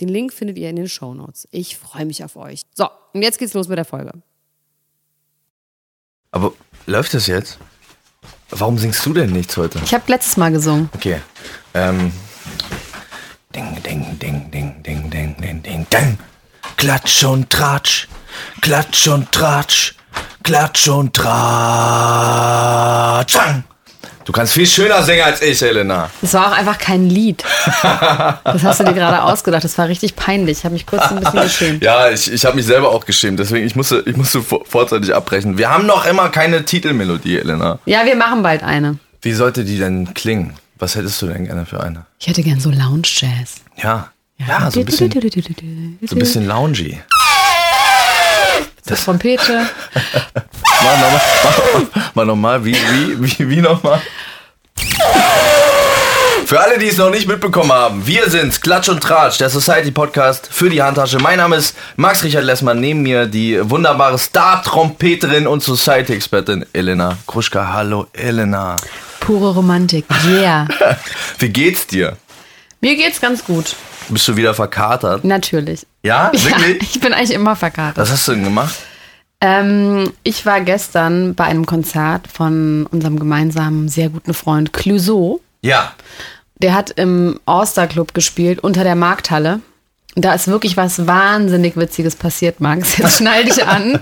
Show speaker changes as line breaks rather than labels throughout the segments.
Den Link findet ihr in den Shownotes. Ich freue mich auf euch. So, und jetzt geht's los mit der Folge.
Aber läuft das jetzt? Warum singst du denn nichts heute?
Ich habe letztes Mal gesungen.
Okay. Ähm. Ding, ding, ding, ding, ding, ding, ding, ding, ding. Klatsch und Tratsch. Klatsch und Tratsch. Klatsch und Tratsch. Du kannst viel schöner singen als ich, Elena.
Das war auch einfach kein Lied. Das hast du dir gerade ausgedacht. Das war richtig peinlich. Ich habe mich kurz ein bisschen geschämt.
Ja, ich, ich habe mich selber auch geschämt, deswegen ich musste, ich musste vor- vorzeitig abbrechen. Wir haben noch immer keine Titelmelodie, Elena.
Ja, wir machen bald eine.
Wie sollte die denn klingen? Was hättest du denn gerne für eine?
Ich hätte gern so Lounge-Jazz.
Ja. Ja, so ein bisschen, so ein bisschen loungy.
Das Trompete.
Mal nochmal, mal nochmal, wie, wie, wie, wie nochmal? Für alle, die es noch nicht mitbekommen haben, wir sind's, Klatsch und Tratsch, der Society-Podcast für die Handtasche. Mein Name ist Max-Richard Lessmann, neben mir die wunderbare Star-Trompeterin und Society-Expertin Elena Kruschka. Hallo Elena,
Pure Romantik. Yeah.
wie geht's dir?
Mir geht's ganz gut.
Bist du wieder verkatert?
Natürlich. Ja,
Ja, Ah, wirklich?
ich bin eigentlich immer verkatert.
Was hast du denn gemacht?
Ähm, ich war gestern bei einem Konzert von unserem gemeinsamen, sehr guten Freund Clouseau.
Ja,
Der hat im All-Star Club gespielt, unter der Markthalle. Da ist wirklich was wahnsinnig Witziges passiert, Max. Jetzt schnall dich an.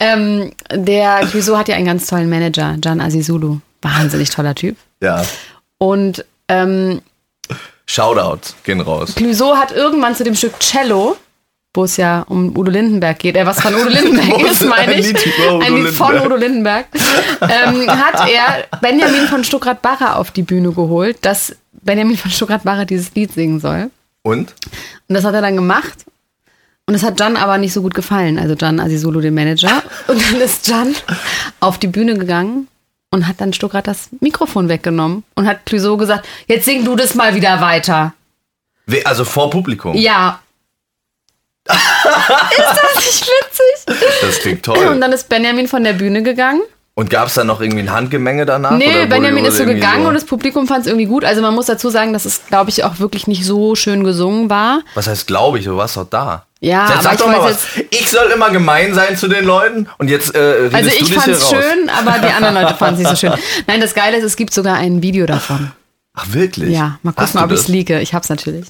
ähm, der Clouseau hat ja einen ganz tollen Manager, Gian Azizulu. Wahnsinnig toller Typ.
ja.
Und ähm,
Shoutouts gehen raus.
Clouseau hat irgendwann zu dem Stück Cello, wo es ja um Udo Lindenberg geht, äh, was von Udo Lindenberg
Wo
ist,
es
meine
ein
ich,
Lied über Udo
ein Lied von
Lindenberg.
Udo Lindenberg, ähm, hat er Benjamin von Stuckrad-Barre auf die Bühne geholt, dass Benjamin von Stuckrad-Barre dieses Lied singen soll.
Und?
Und das hat er dann gemacht. Und das hat Jan aber nicht so gut gefallen. Also Jan Azizolo, dem Manager. Und dann ist Jan auf die Bühne gegangen und hat dann Stuckrad das Mikrofon weggenommen und hat Clouseau gesagt, jetzt sing du das mal wieder weiter.
We- Also vor Publikum.
Ja. ist das nicht witzig?
Das klingt
Und
toll.
dann ist Benjamin von der Bühne gegangen.
Und gab es dann noch irgendwie ein Handgemenge danach?
Nee,
oder wurde-
Benjamin
wurde
ist so
irgendwie
gegangen und das Publikum fand es irgendwie gut. Also man muss dazu sagen, dass es, glaube ich, auch wirklich nicht so schön gesungen war.
Was heißt, glaube ich, du warst doch da.
Ja,
jetzt
aber
sag
ich
doch mal
wollte
was. Ich soll immer gemein sein zu den Leuten und jetzt äh, redest
Also
du
ich
dich hier
fand's
raus.
schön, aber die anderen Leute fanden es nicht so schön. Nein, das Geile ist, es gibt sogar ein Video davon.
Ach, wirklich?
Ja, mal
Hast
gucken, ob
du
ich es
das?
liege. Ich hab's natürlich.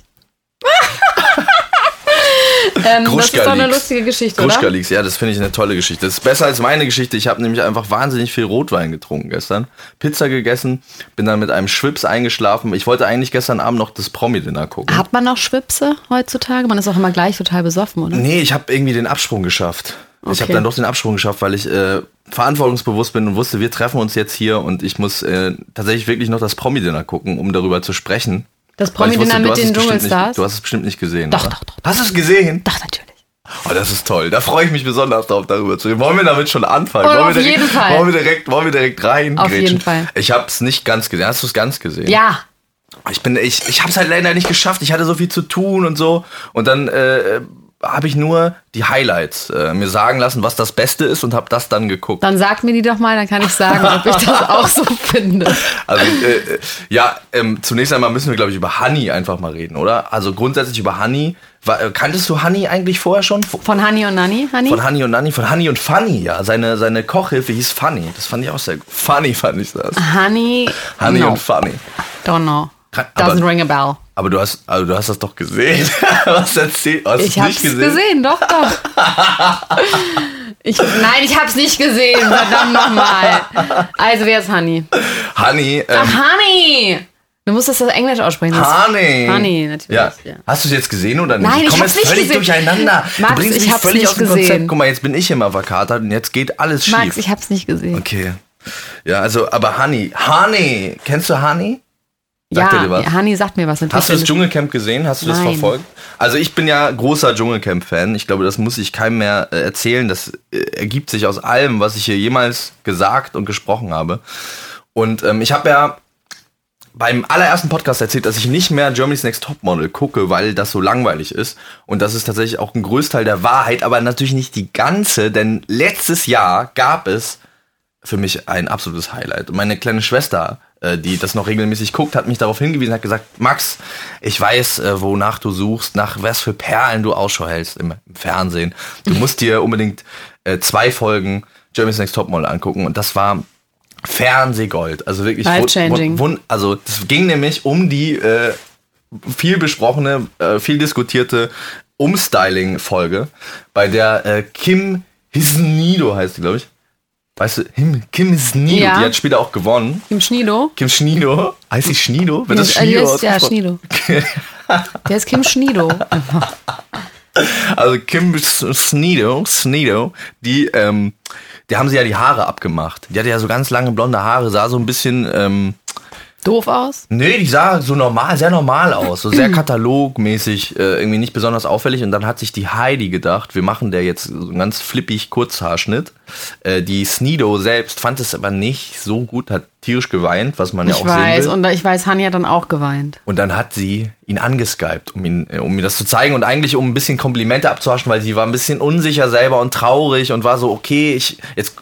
ähm, das ist
Gruschka
doch eine
Leaks.
lustige Geschichte,
Gruschka
oder?
Leaks, ja, das finde ich eine tolle Geschichte. Das ist besser als meine Geschichte. Ich habe nämlich einfach wahnsinnig viel Rotwein getrunken gestern, Pizza gegessen, bin dann mit einem Schwips eingeschlafen. Ich wollte eigentlich gestern Abend noch das Promi-Dinner gucken.
Hat man noch Schwipse heutzutage? Man ist auch immer gleich total besoffen, oder?
Nee, ich habe irgendwie den Absprung geschafft. Ich habe
Okay.
dann doch den Absprung geschafft, weil ich äh, verantwortungsbewusst bin und wusste, wir treffen uns jetzt hier und ich muss äh, tatsächlich wirklich noch das Promi-Dinner gucken, um darüber zu sprechen.
Das
Weil ich
Promi-Dinner
wusste,
mit
du hast
den
es bestimmt
Dschungelstars?
Nicht, du hast es bestimmt nicht gesehen.
Doch,
oder?
doch, doch.
Hast du es gesehen?
Doch, natürlich.
Oh, das ist toll. Da freue ich mich besonders drauf, darüber zu reden. Wollen wir damit schon anfangen?
Oh,
wollen
auf
wir direkt,
jeden Fall.
Wollen wir direkt, wollen wir direkt rein?
Auf jeden
grätschen?
Fall.
Ich habe es nicht ganz gesehen. Hast du es ganz gesehen?
Ja,
Ich bin, ich, ich habe es halt leider nicht geschafft. Ich hatte so viel zu tun und so. Und dann äh, habe ich nur die Highlights äh, mir sagen lassen, was das Beste ist und habe das dann geguckt.
dann sag mir die doch mal, dann kann ich sagen, ob ich das auch so finde.
Also äh, äh, ja, ähm, zunächst einmal müssen wir glaube ich über Honey einfach mal reden, oder? Also grundsätzlich über Honey. Wa- äh, kanntest du Honey eigentlich vorher schon? Von
Von Hani und Nani? Hani?
Honey und Nanny, von Honey und Fanny, ja. Seine, seine Kochhilfe hieß Fanny. Das fand ich auch sehr gut. Funny fand ich das.
Hani?
Honey
Ah, no.
und Fanny.
Don't know.
Kann- aber-
Doesn't ring a bell.
Aber du hast, also du hast das doch gesehen. Was erzählt? Hast du
Ich
es
hab's
nicht
gesehen? doch, doch. Ich, nein, ich hab's nicht gesehen, verdammt nochmal. Also, wer ist Honey?
Honey, ähm,
Ach, Honey! Du musst das auf Englisch aussprechen. sonst-
Honey.
Honey, natürlich.
Ja.
Ja.
Hast du es jetzt gesehen oder nicht?
Nein, ich
ich komme
hab's
jetzt
nicht
völlig
gesehen.
durcheinander.
Max,
du bringst
ich
mich
hab's
völlig
nicht
aus dem Konzept.
gesehen.
Guck mal, jetzt bin ich im Avocado und jetzt geht alles schief.
Max, ich hab's nicht gesehen.
okay. Ja, also, aber Honey. Honey. Kennst du Honey? Sagt
ja,
er dir was?
Hani sagt mir was. Natürlich
Hast du das
Wenn
Dschungelcamp gesehen? Hast du das
Nein.
verfolgt? Also ich bin ja großer Dschungelcamp-Fan. Ich glaube, das muss ich keinem mehr äh, erzählen. Das äh, ergibt sich aus allem, was ich hier jemals gesagt und gesprochen habe. Und ähm, ich habe ja beim allerersten Podcast erzählt, dass ich nicht mehr Germany's Next Topmodel gucke, weil das so langweilig ist. Und das ist tatsächlich auch ein Großteil der Wahrheit, aber natürlich nicht die ganze, denn letztes Jahr gab es für mich ein absolutes Highlight. Und meine kleine Schwester, äh, die das noch regelmäßig guckt, hat mich darauf hingewiesen, hat gesagt, Max, ich weiß, äh, wonach du suchst, nach was für Perlen du Ausschau hältst im Fernsehen. Du musst dir unbedingt äh, zwei Folgen Germany's Next Topmodel angucken. Und das war Fernsehgold. Also wirklich wun-
Life-changing.
wun- wun- Also es ging nämlich um die äh, viel besprochene, äh, viel diskutierte Umstyling-Folge, bei der äh, Kim Hisnido heißt sie, glaube ich. Weißt du, Kim, Kim Schnido,
Ja.
die hat später auch gewonnen.
Im Schnido.
Kim Schnido, heißt sie Schnido? Wird das
Äh,
Schnido?
der ist, ja,
ausgesprochen?
Schnido. Der ist Kim Schnido.
Also Kim Schnido, Schnido, die, ähm, die haben sie ja die Haare abgemacht. Die hatte ja so ganz lange blonde Haare, sah so ein bisschen, ähm,
Doof aus.
Nee, die sah so normal, sehr normal aus, so sehr katalogmäßig, äh, irgendwie nicht besonders auffällig. Und dann hat sich die Heidi gedacht, wir machen der jetzt so einen ganz flippig Kurzhaarschnitt. Äh, die Snido selbst fand es aber nicht so gut, hat tierisch geweint, was man ja
Ich
auch
weiß.
sehen will.
Und ich weiß, Hani hat dann auch geweint.
Und dann hat sie ihn angeskypt, um, ihn, äh, um mir das zu zeigen und eigentlich um ein bisschen Komplimente abzuwaschen, weil sie war ein bisschen unsicher selber und traurig und war so, okay, ich jetzt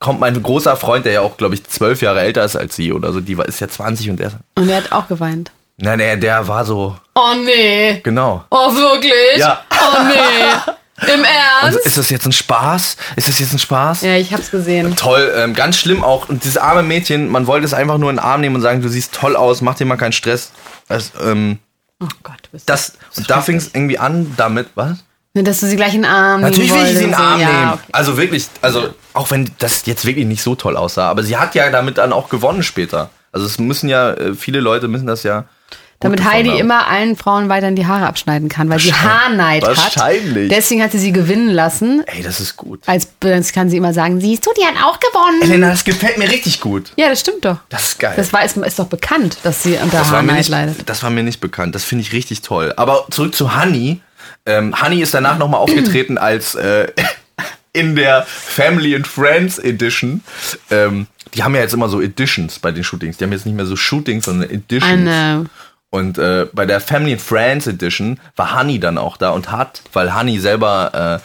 kommt mein großer Freund, der ja auch, glaube ich, zwölf Jahre älter ist als sie oder so, die war, ist ja 20 und der,
Und er hat auch geweint.
nein, der, der war so,
Oh nee.
Genau.
Oh wirklich?
Ja.
Oh nee. Im Ernst?
Also, ist das jetzt ein Spaß? Ist das jetzt ein Spaß?
ja, ich hab's gesehen.
Toll, ähm, ganz schlimm auch. Und dieses arme Mädchen, man wollte es einfach nur in den Arm nehmen und sagen, du siehst toll aus, mach dir mal keinen Stress. Das, ähm,
Oh Gott, bist
das, und da fing es irgendwie an damit, was?
du. Dass du sie gleich in den Arm
Natürlich
nehmen
will ich sie in den
wolltest.
Arm
ja,
nehmen.
Okay.
Also wirklich, also auch wenn das jetzt wirklich nicht so toll aussah, aber sie hat ja damit dann auch gewonnen später. Also es müssen ja, äh, viele Leute müssen das ja. gut
Damit
gefunden
Heidi
haben.
immer allen Frauen weiterhin die Haare abschneiden kann, weil sie Haarneid hat.
Wahrscheinlich.
Deswegen hat sie sie gewinnen lassen.
Ey, das ist gut.
Als als kann sie immer sagen, siehst du, die hat auch gewonnen.
Elena, das gefällt mir richtig gut.
Ja, das stimmt doch.
Das ist geil.
Das war, ist, ist doch bekannt, dass sie unter
Das war, mir
Haarneid leidet.
nicht, das war mir nicht bekannt. Das finde ich richtig toll. Aber zurück zu Honey. Ähm, Honey ist danach nochmal aufgetreten als äh, in der Family and Friends Edition. Ähm, die haben ja jetzt immer so Editions bei den Shootings. Die haben jetzt nicht mehr so Shootings, sondern Editions.
Eine-
Und äh, bei der Family and Friends Edition war Honey dann auch da und hat, weil Honey selber äh,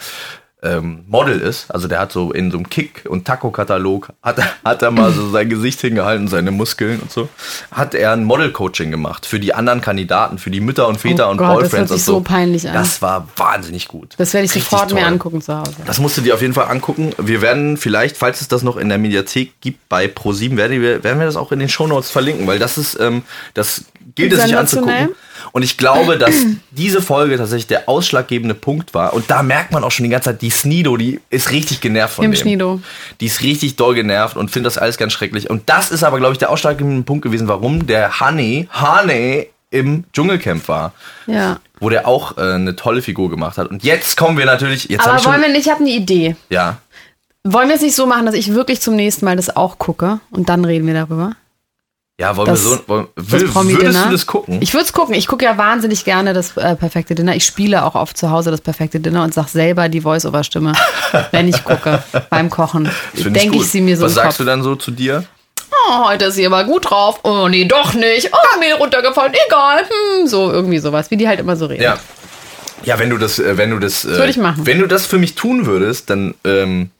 ähm, Model ist, also der hat so in so einem Kick- und Taco-Katalog, hat, er- hat er mal so sein Gesicht hingehalten, seine Muskeln und so, hat er ein Model-Coaching gemacht für die anderen Kandidaten, für die Mütter und Väter
Oh
und
Gott, das
Boyfriends
hört sich
und so.
so peinlich an.
Das war wahnsinnig gut.
Das werde ich
Richtig
sofort mir
toll.
angucken zu Hause.
Das musst du dir auf jeden Fall angucken. Wir werden vielleicht, falls es das noch in der Mediathek gibt, bei Pro7 werden wir, werden wir das auch in den Shownotes verlinken, weil das ist, ähm, das gilt es sich
Sensationell.
anzugucken. Und ich glaube, dass diese Folge tatsächlich der ausschlaggebende Punkt war. Und da merkt man auch schon die ganze Zeit, die Snido, die ist richtig genervt von
Im
dem.
Schnido.
Die ist richtig doll genervt und findet das alles ganz schrecklich. Und das ist aber, glaube ich, der ausschlaggebende Punkt gewesen, warum der Honey, Honey im Dschungelcamp war.
Ja.
Wo der auch äh, eine tolle Figur gemacht hat. Und jetzt kommen wir natürlich. Jetzt hab
Aber
ich schon,
wollen wir nicht, ich habe eine Idee.
Ja.
Wollen wir es nicht so machen, dass ich wirklich zum nächsten Mal das auch gucke und dann reden wir darüber?
Ja, wollen
Das-
wir so. Wollen,
Das
will,
Promi-Dinner?
würdest du das gucken?
Ich würde es gucken. Ich gucke ja wahnsinnig gerne das äh, perfekte Dinner. Ich spiele auch oft zu Hause das perfekte Dinner und sag selber die Voice-Over-Stimme, wenn ich gucke beim Kochen.
Das find
Denke
gut.
ich sie mir so
Was
im
sagst
Kopf.
du dann so zu dir?
Oh, heute ist sie aber gut drauf. Oh, nee, doch nicht. Oh, mir runtergefallen. Egal. Hm, so irgendwie sowas, wie die halt immer so reden.
Ja. Ja, wenn du das, äh, wenn du das, das
würd ich machen.
wenn du das für mich tun würdest, dann ähm,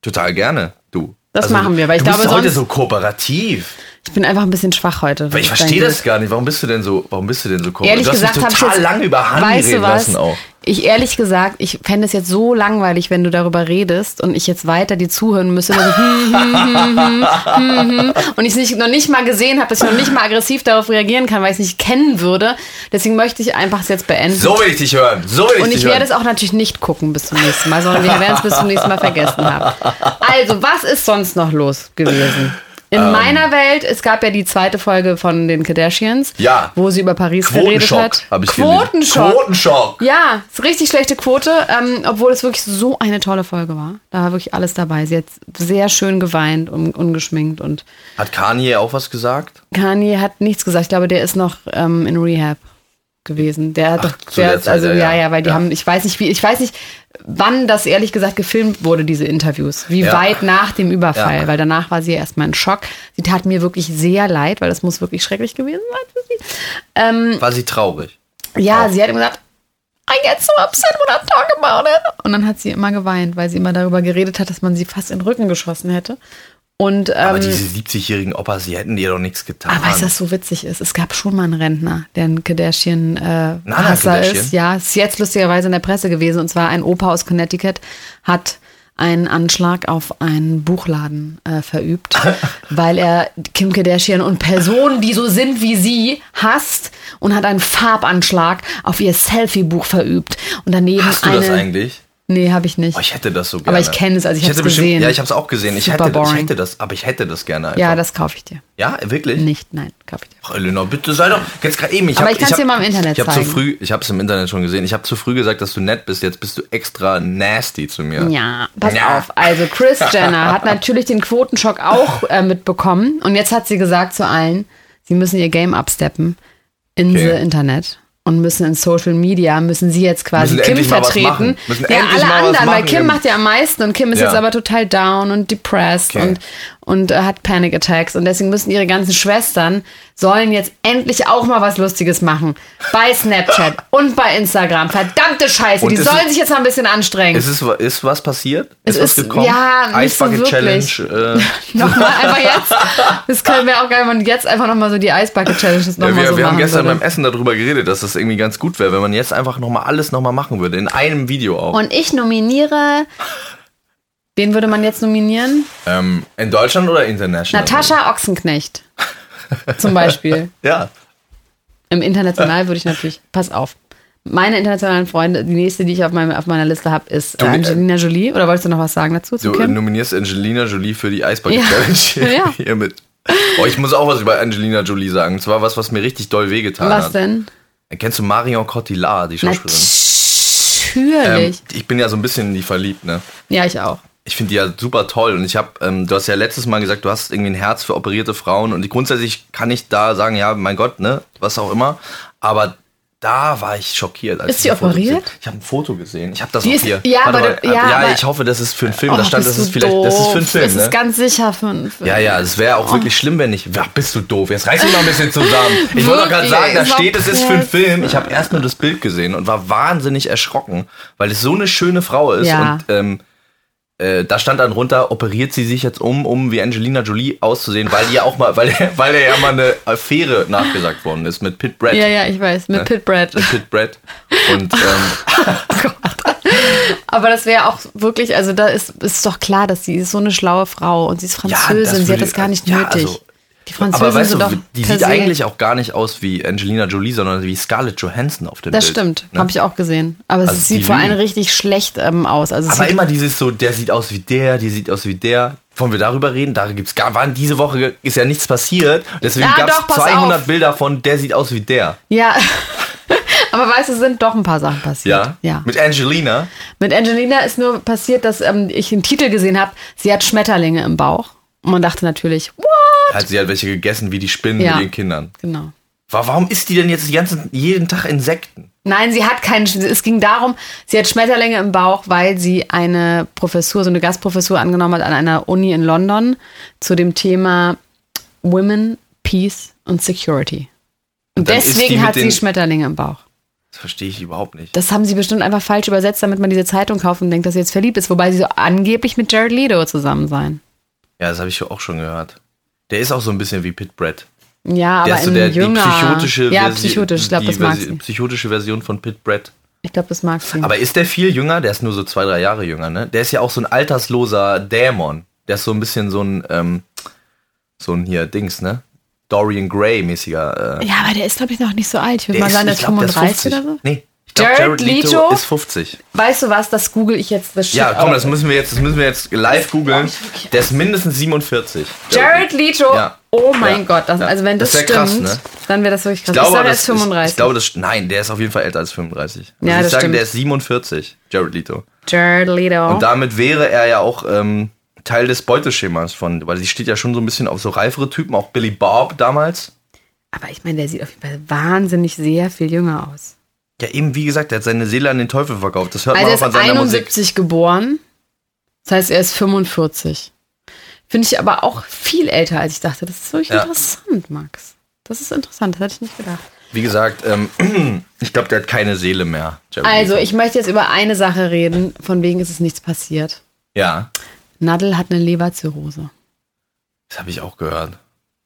total gerne, du. Also,
Das machen wir, weil ich
du
glaube,
bist heute
sonst-
so kooperativ.
Ich bin einfach ein bisschen schwach heute.
Weil ich
Dein
verstehe
Glück.
das gar nicht. Warum bist du denn so, warum bist du denn so
Ehrlich
kooperativ? du hast
gesagt habe
mich
ich
total
jetzt,
lange über Handy
weißt
reden
du was?
lassen auch.
Ich ehrlich gesagt, ich fände es jetzt so langweilig, wenn du darüber redest und ich jetzt weiter dir zuhören müsste und, so, hm, hm, hm, hm, hm, hm, und ich es nicht, noch nicht mal gesehen habe, dass ich noch nicht mal aggressiv darauf reagieren kann, weil ich es nicht kennen würde. Deswegen möchte ich einfach es jetzt beenden.
So will ich dich hören. So will ich
und
dich
ich
hören.
werde es auch natürlich nicht gucken bis zum nächsten Mal, sondern wir werden es bis zum nächsten Mal vergessen haben. Also, was ist sonst noch los gewesen? In
Ähm.
meiner Welt, es gab ja die zweite Folge von den Kardashians,
Ja.
wo sie über Paris geredet
Quotenschock
hat.
habe ich
Quotenschock.
gelesen. Quotenschock.
Ja, ist richtig schlechte Quote, ähm, obwohl es wirklich so eine tolle Folge war. Da war wirklich alles dabei. Sie hat sehr schön geweint und ungeschminkt und
Hat Kanye auch was gesagt?
Kanye hat nichts gesagt. Ich glaube, der ist noch ähm, in Rehab gewesen. Der hat
Ach,
doch,
zu
der,
der Zeit,
also
ja,
ja,
ja.
ja, weil die
Ja.
haben, ich weiß nicht, wie, ich weiß nicht, wann das ehrlich gesagt gefilmt wurde, diese Interviews. Wie
Ja.
weit nach dem Überfall,
Ja.
weil danach war sie ja erstmal in Schock. Sie tat mir wirklich sehr leid, weil das muss wirklich schrecklich gewesen sein für sie.
War sie traurig?
Ähm, ja, sie hat immer gesagt, I get so upset when I talk about it. Und dann hat sie immer geweint, weil sie immer darüber geredet hat, dass man sie fast in den Rücken geschossen hätte. Und, ähm,
Aber diese 70-jährigen Opas, die hätten dir doch nichts getan.
aber weißt du, was so witzig ist? Es gab schon mal einen Rentner, der ein Kardashian äh,
Nana
Hasser
Kardashian?
ist. Ja, ist jetzt lustigerweise in der Presse gewesen. Und zwar ein Opa aus Connecticut hat einen Anschlag auf einen Buchladen äh, verübt, weil er Kim Kardashian und Personen, die so sind wie sie, hasst und hat einen Farbanschlag auf ihr Selfie-Buch verübt. Und daneben
Hast du
eine,
das eigentlich?
Nee, habe ich nicht.
Oh, ich hätte das so gerne.
Aber ich kenne es, also ich hab's
hätte bestimmt-
gesehen.
Ja, ich habe es auch gesehen. Ich
Super
hätte, das, ich
boring.
hätte das, aber ich hätte das gerne. Einfach.
ja, das kaufe ich dir.
ja, wirklich?
Nicht, nein, kaufe ich dir.
Ach, Elena, bitte sei doch jetzt gerade eben. Ich
Aber
hab,
ich kann's
hab-
dir mal im Internet
ich hab zu
zeigen.
früh, ich habe es im Internet schon gesehen. Ich habe zu früh gesagt, dass du nett bist. Jetzt bist du extra nasty zu mir.
Ja, pass
Ja.
auf. Also Chris Jenner hat natürlich den Quotenschock auch äh, mitbekommen und jetzt hat sie gesagt zu allen, sie müssen ihr Game upsteppen in
Okay.
the Internet und müssen in Social Media, müssen sie jetzt quasi
Müssen
Kim
endlich mal was
vertreten.
machen. Müssen
ja,
endlich
alle
mal was
anderen, weil
machen,
Kim
Kim.
macht ja am meisten und Kim ist
Ja.
jetzt aber total down und depressed
Okay.
und, und äh, hat Panic Attacks und deswegen müssen ihre ganzen Schwestern sollen jetzt endlich auch mal was Lustiges machen. Bei Snapchat und bei Instagram. Verdammte Scheiße,
Und
die
es
sollen
ist-
sich jetzt mal ein bisschen anstrengen.
Ist, es, ist was passiert?
Es
was
ist- ja, nicht
Ice
so
Bucket
wirklich.
Challenge. Äh,
Nochmal einfach jetzt. Das können wir auch geil machen. Jetzt einfach nochmal so die Eisbucket-Challenges
Ja,
nochmal
wir
so ne?
wir haben
machen.
gestern
würde.
beim Essen darüber geredet, dass das irgendwie ganz gut wäre, wenn man jetzt einfach nochmal alles nochmal machen würde. In einem Video auch.
Und ich nominiere. Wen würde man jetzt nominieren?
ähm, in Deutschland oder international?
Natascha Ochsenknecht. Zum Beispiel.
Ja.
Im International würde ich natürlich. Pass auf. Meine internationalen Freunde, die nächste, die ich auf, meinem, auf meiner Liste habe, ist äh,
Du, äh,
Angelina Jolie. Oder wolltest du noch was sagen dazu? Zu
Du äh,
Kim?
nominierst Angelina Jolie für die
Ja.
Eisbucket-Challenge
Ja.
hiermit. Boah, ich muss auch was über Angelina Jolie sagen. Und zwar was, was mir richtig doll wehgetan
was
hat.
denn?
Kennst du Marion Cotillard, die Schauspielerin? Ähm,
Natürlich.
ich bin ja so ein bisschen in die verliebt, ne?
ja, ich auch.
Ich finde die ja super toll und ich habe, ähm, du hast ja letztes Mal gesagt, du hast irgendwie ein Herz für operierte Frauen und grundsätzlich kann ich da sagen, ja, mein Gott, ne, was auch immer, aber da war ich schockiert. Als
Ist
ich
sie
ein Foto
operiert?
gesehen- Ich habe ein Foto gesehen. Ich habe das
Die
auch
ist-
hier.
ja, aber
mal,
du- ja,
ja,
aber-
ich hoffe, das ist für einen Film. da
Och,
stand,
Oh, bist
das ist
du
vielleicht, das ist für einen
doof.
Film,
Das
ne?
ist ganz sicher für einen Film.
Ja, ja, es wäre
Oh.
auch wirklich schlimm, wenn nicht. Ach, bist du doof. Jetzt reiß dich mal ein bisschen zusammen. Ich wollte doch gerade
Wirklich,
sagen, da
ist doch
steht, es ist für einen
krass.
Film. Ich habe erst nur das Bild gesehen und war wahnsinnig erschrocken, weil es so eine schöne Frau ist.
Ja.
Und ähm, äh, da stand dann runter, operiert sie sich jetzt um, um wie Angelina Jolie auszusehen, weil ihr auch mal, weil, weil ihr ja mal eine Affäre nachgesagt worden ist mit Pitt Brett.
Ja, ja, ich weiß. Mit Pit Brad.
Mit Pitt Brett. Und ähm,
Aber das wäre auch wirklich, also da ist, ist doch klar, dass sie ist so eine schlaue Frau und sie ist
das
Französin, sie hat
würde-
das gar nicht
ja,
nötig.
also,
die Französin
aber weißt du,
sind doch
die
per
sieht
se-
eigentlich auch gar nicht aus wie Angelina Jolie, sondern wie Scarlett Johansson auf dem
Das
Bild.
stimmt,
ne?
habe ich auch gesehen. Aber
Also
es
die
sieht vor allem
Lügen.
richtig schlecht ähm, aus. Also es
Aber
sieht,
immer dieses so, der sieht aus wie der, die sieht aus wie der. Wollen wir darüber reden? Da gibt's gar, waren diese Woche ist ja nichts passiert. Deswegen
Ja,
gab's
doch, pass
200
auf.
Bilder von, der sieht aus wie der.
ja. Aber weißt du, es sind doch ein paar Sachen passiert.
Ja. Mit Angelina.
Mit Angelina ist nur passiert, dass ähm, ich einen Titel gesehen habe, sie hat Schmetterlinge im Bauch. Und man dachte natürlich, what?
Hat sie halt welche gegessen wie die Spinnen
Ja.
mit ihren Kindern.
Genau.
Wa- Warum isst die denn jetzt die ganzen, jeden Tag Insekten?
Nein, sie hat keinen. Sch- Es ging darum, sie hat Schmetterlinge im Bauch, weil sie eine Professur, so eine Gastprofessur angenommen hat an einer Uni in London zu dem Thema Women, Peace und Security. Und
dann ist die
deswegen
mit
hat sie
den-
Schmetterlinge im Bauch.
Das verstehe ich überhaupt nicht.
Das haben sie bestimmt einfach falsch übersetzt, damit man diese Zeitung kauft und denkt, dass sie jetzt verliebt ist, wobei sie so angeblich mit Jared Leto zusammen sein.
Ja, das habe ich auch schon gehört. Der ist auch so ein bisschen wie Pit Brett.
Ja,
Der
aber
ist so
ein
der,
jünger.
die psychotische
ja,
Versi-
psychotisch, ich glaube,
die
das mag
Versi-
sie.
psychotische Version von Pit Brett.
Ich glaube, das mag sie.
Aber ist der viel jünger? Der ist nur so zwei, drei Jahre jünger, ne? Der ist ja auch so ein altersloser Dämon. Der ist so ein bisschen so ein, ähm, so ein hier Dings, ne? Dorian Gray-mäßiger. Äh,
ja, aber der ist, glaube ich, noch nicht so alt. Ich würde
der
mal
ist-
sagen, der
ich
ist
glaub, der ist
35 oder so.
Nee, ich Ich glaub,
Jared Leto?
ist 50.
Weißt du was, das google ich jetzt. Das steht
Ja, komm,
auch.
das müssen wir jetzt, das müssen wir jetzt live googeln.
ich wirklich
Der ist mindestens 47.
Jared Leto,
Ja.
oh mein
Ja.
Gott, das,
Ja.
also wenn das,
Das wär
stimmt,
krass, ne?
dann wäre das wirklich krass.
Ich glaube,
sage, er
das,
ist 35.
Ich, ich glaube, das, nein, der ist auf jeden Fall älter als 35. Also
Ja,
ich
das
sagen,
stimmt.
der ist 47, Jared Leto.
Jared Leto.
Und damit wäre er ja auch ähm, Teil des Beuteschemas von, weil sie steht ja schon so ein bisschen auf so reifere Typen, auch Billy Bob damals.
Aber ich meine, der sieht auf jeden Fall wahnsinnig sehr viel jünger aus.
Ja, eben wie gesagt, der hat seine Seele an den Teufel verkauft. Das hört
Also
man
er ist
auch an seiner Musik.
71 geboren. Das heißt, er ist 45. Finde ich aber auch viel älter, als ich dachte. Das ist wirklich
Ja.
interessant, Max. Das ist interessant, das hätte ich nicht gedacht.
Wie gesagt, ähm, ich glaube, der hat keine Seele mehr. Jared
Also,
Leto.
ich möchte jetzt über eine Sache reden, von wegen ist es nichts passiert.
Ja,
Nadel hat eine Leberzirrhose.
das habe ich auch gehört.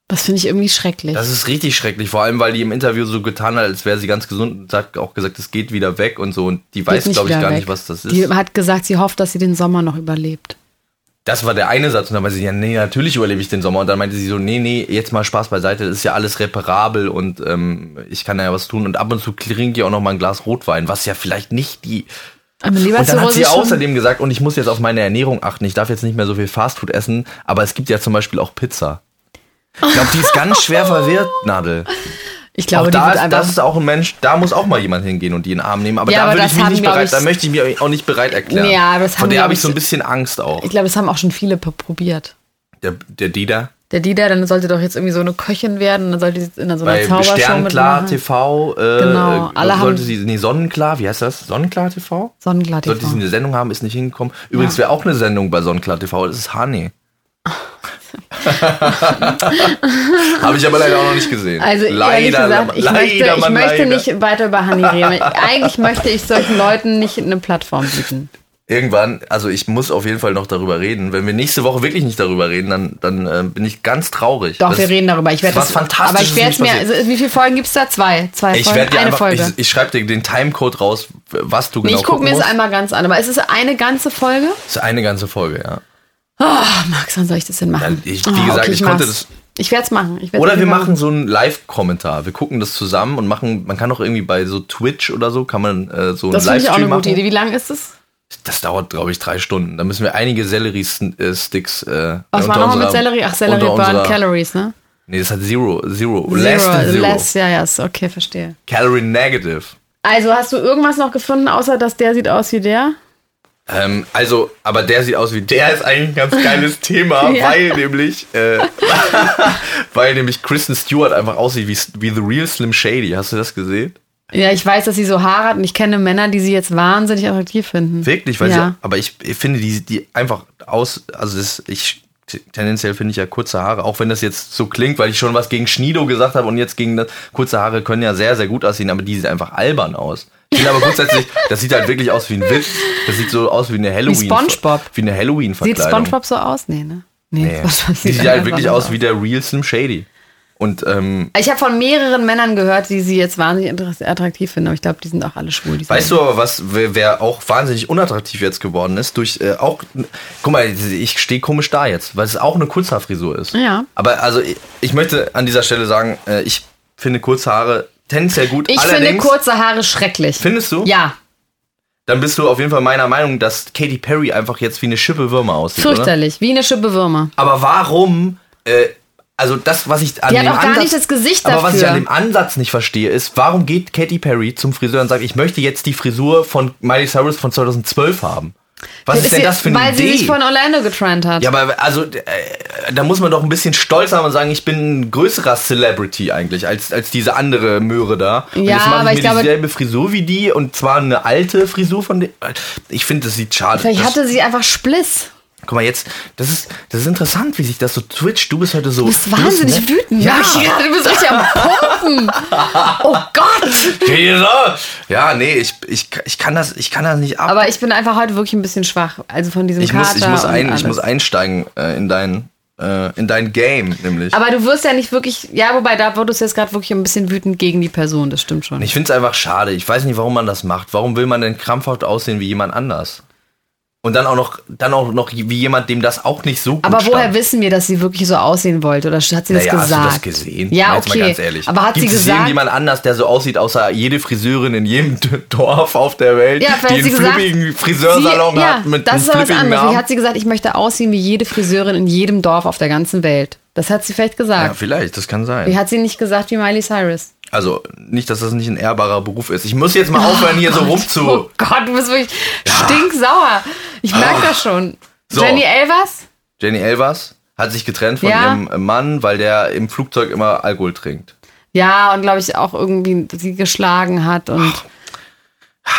Das finde ich irgendwie schrecklich.
Das ist richtig schrecklich, vor allem, weil die im Interview so getan hat, als wäre sie ganz gesund und hat auch gesagt, es geht wieder weg und so. Und die weiß,
Geht nicht
glaube ich,
wieder
gar
weg.
nicht, was das ist.
Die hat gesagt, sie hofft, dass sie den Sommer noch überlebt.
Das war der eine Satz und dann meinte sie, ja, nee, natürlich überlebe ich den Sommer. Und dann meinte sie so, nee, nee, jetzt mal Spaß beiseite, das ist ja alles reparabel und ähm, ich kann da ja was tun. Und ab und zu trinke ich auch noch mal ein Glas Rotwein, was ja vielleicht nicht die...
Aber
Und dann hat
Leberzirrhose
sie
ist schon-
außerdem gesagt, und ich muss jetzt auf meine Ernährung achten, ich darf jetzt nicht mehr so viel Fastfood essen, aber es gibt ja zum Beispiel auch Pizza. Ich glaube, die ist ganz schwer verwirrt, Nadel.
Ich glaube,
auch
die
da
wird
ist,
einfach.
das ist auch ein Mensch, da muss auch mal jemand hingehen und die in den Arm nehmen. Aber
Ja,
da
aber
würde
das
ich mich
haben,
nicht
glaub
bereit,
ich,
da möchte ich mich auch nicht bereit erklären.
Ja, aber das
Von
haben,
der
glaub
habe ich
ich,
so ein bisschen Angst auch.
ich glaube, das haben auch schon viele p- probiert.
Der, der Dieter.
Der Dieter, dann sollte doch jetzt irgendwie so eine Köchin werden, dann sollte sie in so einer
Bei
Zaubershow
Sternklar
mitmachen.
TV, äh,
Genau,
äh,
alle haben-
sollte sie, nee, Sonnenklar, wie heißt das? Sonnenklar TV?
Sonnenglatt.
Sollte sie eine Sendung haben, ist nicht hingekommen. Übrigens wäre auch eine Sendung bei Sonnenklar TV, das ist Honey. Habe ich aber leider auch noch nicht gesehen.
Also ehrlich
leider,
gesagt, ich
leider,
möchte, ich
Mann,
möchte
leider.
nicht weiter über Hanni reden. Eigentlich möchte ich solchen Leuten nicht eine Plattform bieten.
Irgendwann, also ich muss auf jeden Fall noch darüber reden. Wenn wir nächste Woche wirklich nicht darüber reden, dann, dann äh, bin ich ganz traurig.
Doch,
Das-
wir reden darüber. Ich werde
was
das,
Fantastisches
aber ich werde
ist
jetzt mehr.
passiert.
Also, wie viele Folgen gibt es da? Zwei. Zwei
Ich
Folgen.
werde dir
Eine
einfach,
Folge.
ich, ich schreibe dir den Timecode raus, was du
nee,
genau
ich gucke
gucken
mir das
musst.
einmal ganz an. Aber ist es eine ganze Folge?
Das ist eine ganze Folge, ja.
Also Ach, Max, wann soll ich das denn machen?
Ja, ich- wie gesagt, ich konnte
mach's. Ich werde es machen. Ich werd's
Oder wir
machen.
machen so einen Live-Kommentar. Wir gucken das zusammen und machen, man kann auch irgendwie bei so Twitch oder so, kann man äh, so einen
Das finde ich auch eine
Livestream
gute
machen.
Idee. Wie lang ist es?
Das dauert, glaube ich, drei Stunden. Da müssen wir einige Sellerie-Sticks äh,
Was war nochmal mit Celery? Ach, Celery
unter
burn
unserer-
Calories, ne?
Nee, das hat Zero, Zero, less than Zero.
less, ja, ja, ist okay, verstehe.
Calorie negative.
Also hast du irgendwas noch gefunden, außer dass der sieht aus wie der?
Ähm, also, aber der sieht aus wie der ist eigentlich ein ganz geiles Thema,
Ja.
weil nämlich, äh, weil nämlich Kristen Stewart einfach aussieht wie, wie The Real Slim Shady. Hast du das gesehen?
Ja, ich weiß, dass sie so Haare hat und ich kenne Männer, die sie jetzt wahnsinnig attraktiv finden.
Wirklich, weil
Ja.
sie, aber ich, ich finde die, die einfach aus, also das, ich, tendenziell finde ich ja kurze Haare, auch wenn das jetzt so klingt, weil ich schon was gegen Schnido gesagt habe und jetzt gegen das, kurze Haare können ja sehr, sehr gut aussehen, aber die sieht einfach albern aus. Ich finde aber grundsätzlich, das sieht halt wirklich aus wie ein Witz. Das sieht so aus wie eine Halloween.
SpongeBob.
Wie eine
Sieht
Halloween-Verkleidung.
SpongeBob so aus? Nee, ne? Nee,
Nee. Die sieht halt
anders
wirklich aus wie der Real Slim Shady. Und ähm,
Ich habe von mehreren Männern gehört, die sie jetzt wahnsinnig inter- attraktiv finden, aber ich glaube, die sind auch alle schwul. die
weißt
sind-
du aber, was wer, wer auch wahnsinnig unattraktiv jetzt geworden ist, durch äh, auch. Guck mal, ich stehe komisch da jetzt, weil es auch eine Kurzhaarfrisur ist.
Ja.
Aber also, ich, ich möchte an dieser Stelle sagen, äh, ich finde kurze Haare tendenziell gut.
Ich
Allerdings,
finde kurze Haare schrecklich.
Findest du?
ja,
Dann bist du auf jeden Fall meiner Meinung, dass Katy Perry einfach jetzt wie eine Schippe Würmer aussieht. Oder?
fürchterlich, wie eine Schippe Würmer.
Aber warum? Äh, also das, was ich an
Die
dem
hat auch gar
Ansatz-
nicht das Gesicht
Aber was ich
dafür.
an dem Ansatz nicht verstehe, ist, warum geht Katy Perry zum Friseur und sagt, ich möchte jetzt die Frisur von Miley Cyrus von 2012 haben? Was ist denn
sie-
das für eine
Weil
Idee?
sie sich von Orlando getrennt hat.
ja, aber also äh, da muss man doch ein bisschen stolz haben und sagen, ich bin ein größerer Celebrity eigentlich als, als diese andere Möhre da. Und
Ja,
jetzt mache
aber
ich
ich
mir
glaube-
dieselbe Frisur wie die und zwar eine alte Frisur von der. Ich finde, das sieht schade.
Vielleicht
das,
hatte sie einfach Spliss.
Guck mal jetzt, das ist das ist interessant, wie sich das so Twitch. Du bist heute so. Du
bist wahnsinnig
ne-
wütend.
Ja.
Max. du bist richtig am Pumpen. Oh Gott.
Käse! Ja, nee, ich, ich, ich, kann das, ich kann das nicht ab.
Aber ich bin einfach heute wirklich ein bisschen schwach. Also von diesem
ich,
Kater
muss, ich, muss
und
ein,
alles.
ich muss einsteigen äh, in, dein, äh, in dein Game, nämlich.
Aber du wirst ja nicht wirklich. Ja, wobei da wurdest du jetzt gerade wirklich ein bisschen wütend gegen die Person. Das stimmt schon.
ich finde es einfach schade. Ich weiß nicht, warum man das macht. Warum will man denn krampfhaft aussehen wie jemand anders? Und dann auch noch, dann auch noch wie jemand, dem das auch nicht so gut
Aber woher
stand.
wissen wir, dass sie wirklich so aussehen wollte? Oder hat sie das
naja,
gesagt?
hast du das gesehen? Halt
Ja,
Mal jetzt
okay.
Mal ganz ehrlich.
Aber hat
Gibt
sie
es
gesagt,
irgendjemand anders, der so aussieht, außer jede Friseurin in jedem Dorf auf der Welt,
ja,
die
vielleicht
einen
hat sie gesagt,
flippigen Friseursalon
sie, ja,
hat mit
das
einem
ist aber was
flippigen
anderes.
Namen?
Vielleicht hat sie gesagt, ich möchte aussehen wie jede Friseurin in jedem Dorf auf der ganzen Welt. Das hat sie vielleicht
ja,
gesagt.
vielleicht, das kann sein.
Wie hat sie nicht gesagt wie Miley Cyrus?
Also, nicht, dass das nicht ein ehrbarer Beruf ist. Ich muss jetzt mal aufhören, hier so rumzu.
Oh Gott, du bist wirklich stinksauer. Ich merke das schon.
Ah. So.
Jenny Elvers?
Jenny Elvers hat sich getrennt von
Ja.
ihrem Mann, weil der im Flugzeug immer Alkohol trinkt.
Ja, und glaube ich auch irgendwie sie geschlagen hat und.
Ah.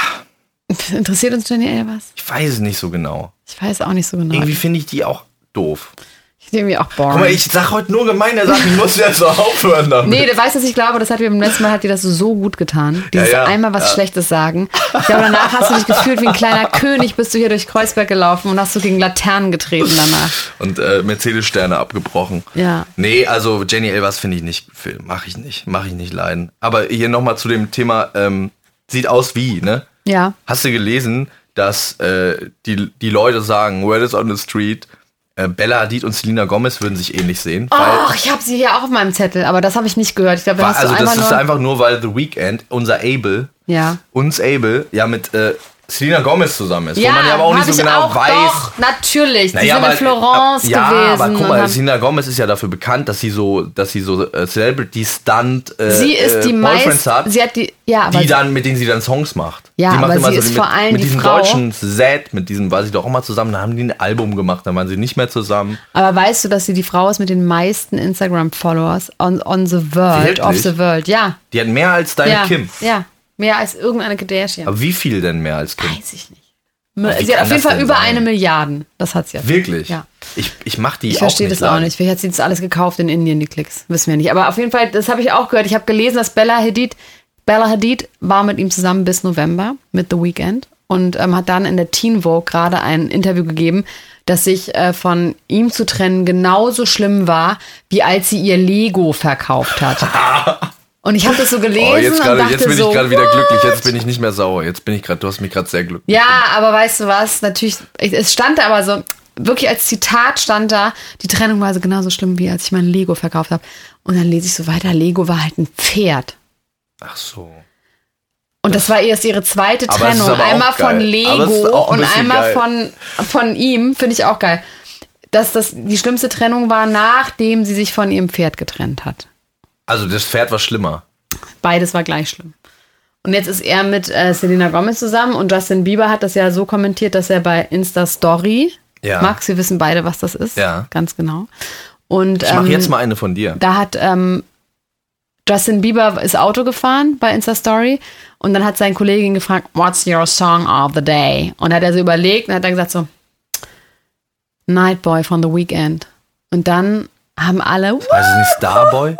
Interessiert uns Jenny Elvers?
Ich weiß es nicht so genau.
Ich weiß auch nicht so genau.
Irgendwie finde ich die auch doof.
ich finde irgendwie auch
Guck mal,
boring.
ich sag heute nur gemeine Sachen. Ich muss jetzt so aufhören damit.
Nee, du weißt, was ich glaube, das hat mir beim letzten Mal hat dir das so gut getan. Dieses
ja,
einmal was Schlechtes sagen. Ich glaube, danach hast du dich gefühlt wie ein kleiner König, bist du hier durch Kreuzberg gelaufen und hast du gegen Laternen getreten danach.
Und äh, Mercedes-Sterne abgebrochen.
Ja.
Nee, also Jenny Elvers finde ich nicht, mache ich nicht, mache ich nicht leiden. Aber hier nochmal zu dem Thema, ähm, sieht aus wie, ne?
Ja.
Hast du gelesen, dass äh, die, die Leute sagen, Word is on the street, äh, Bella Hadid und Selena Gomez würden sich ähnlich sehen?
Och, ich habe sie hier auch auf meinem Zettel, aber das habe ich nicht gehört. Ich glaube, Oh, da
Weil,
hast
also
du einmal
das ist
nur.
einfach nur, weil The Weeknd, unser Abel,
ja.
uns Abel, ja mit äh, Selena Gomez zusammen ist,
Ja,
wo man ja aber auch nicht
hab
so
ich
genau
auch,
weiß.
Doch, natürlich. Die sind in Florence
ab- äh, ja,
gewesen.
aber guck
und
mal,
haben-
Selena Gomez ist ja dafür bekannt, dass sie so, dass sie so äh, Celebrity-Stunt äh,
sie ist
äh,
die meist.
Boyfriends hat,
Sie hat die. Ja, aber
die dann, mit denen sie dann Songs macht.
Ja,
die macht
aber
immer
sie
so
ist
mit,
vor allem
mit
die
diesen
Frau-
deutschen Zed, mit diesem war sie doch auch mal zusammen, dann haben die ein Album gemacht, dann waren sie nicht mehr zusammen.
Aber weißt du, dass sie die Frau ist mit den meisten Instagram-Followers on, on the world,
Wirklich?
of the world? Ja.
Die hat mehr als deine
ja.
Kim.
Ja. Mehr als irgendeine Kardashian.
Aber wie viel denn mehr als Kim?
Weiß ich nicht. Mü-
wie
sie hat
kann
auf jeden
das
Fall
denn
über
sein?
eine Milliarden. Das hat sie. auf jeden
Wirklich?
Ja.
Ich, ich mach die
Ich
auch
verstehe
nicht
das auch
lang.
nicht. Vielleicht hat sie das alles gekauft in Indien, die Klicks. Wissen wir nicht. Aber auf jeden Fall, das habe ich auch gehört. Ich habe gelesen, dass Bella Hadid, Bella Hadid war mit ihm zusammen bis November mit The Weeknd und ähm, hat dann in der Teen Vogue gerade ein Interview gegeben, dass sich äh, von ihm zu trennen genauso schlimm war, wie als sie ihr Lego verkauft hat. und ich habe das so gelesen
Oh, jetzt,
und
grade,
dachte
jetzt bin
so,
ich gerade wieder glücklich, jetzt bin ich nicht mehr sauer. Jetzt bin ich gerade, du hast mich gerade sehr glücklich.
ja, aber weißt du was? Natürlich, es stand da aber so, wirklich als Zitat stand da, die Trennung war also genauso schlimm, wie als ich mein Lego verkauft habe. Und dann lese ich so weiter, Lego war halt ein Pferd.
Ach so.
Und das war erst ihre zweite
Aber es ist
Trennung.
aber auch
Einmal
geil.
von
Aber es ist
Lego
auch ein
und
bisschen
einmal
geil.
von, von ihm, finde ich auch geil. Dass das die schlimmste Trennung war, nachdem sie sich von ihrem Pferd getrennt hat.
Also das Pferd war schlimmer.
Beides war gleich schlimm. Und jetzt ist er mit äh, Selena Gomez zusammen und Justin Bieber hat das ja so kommentiert, dass er bei Insta Story,
Ja.
Max, wir wissen beide, was das ist,
Ja.
ganz genau. Und
Ich mache
ähm,
jetzt mal eine von dir.
da hat ähm, Justin Bieber ist Auto gefahren bei Insta Story und dann hat sein Kollege ihn gefragt, What's your song of the day? Und hat er so überlegt und hat dann gesagt so, Nightboy von The Weeknd. Und dann haben alle,
Weiß es nicht, Starboy?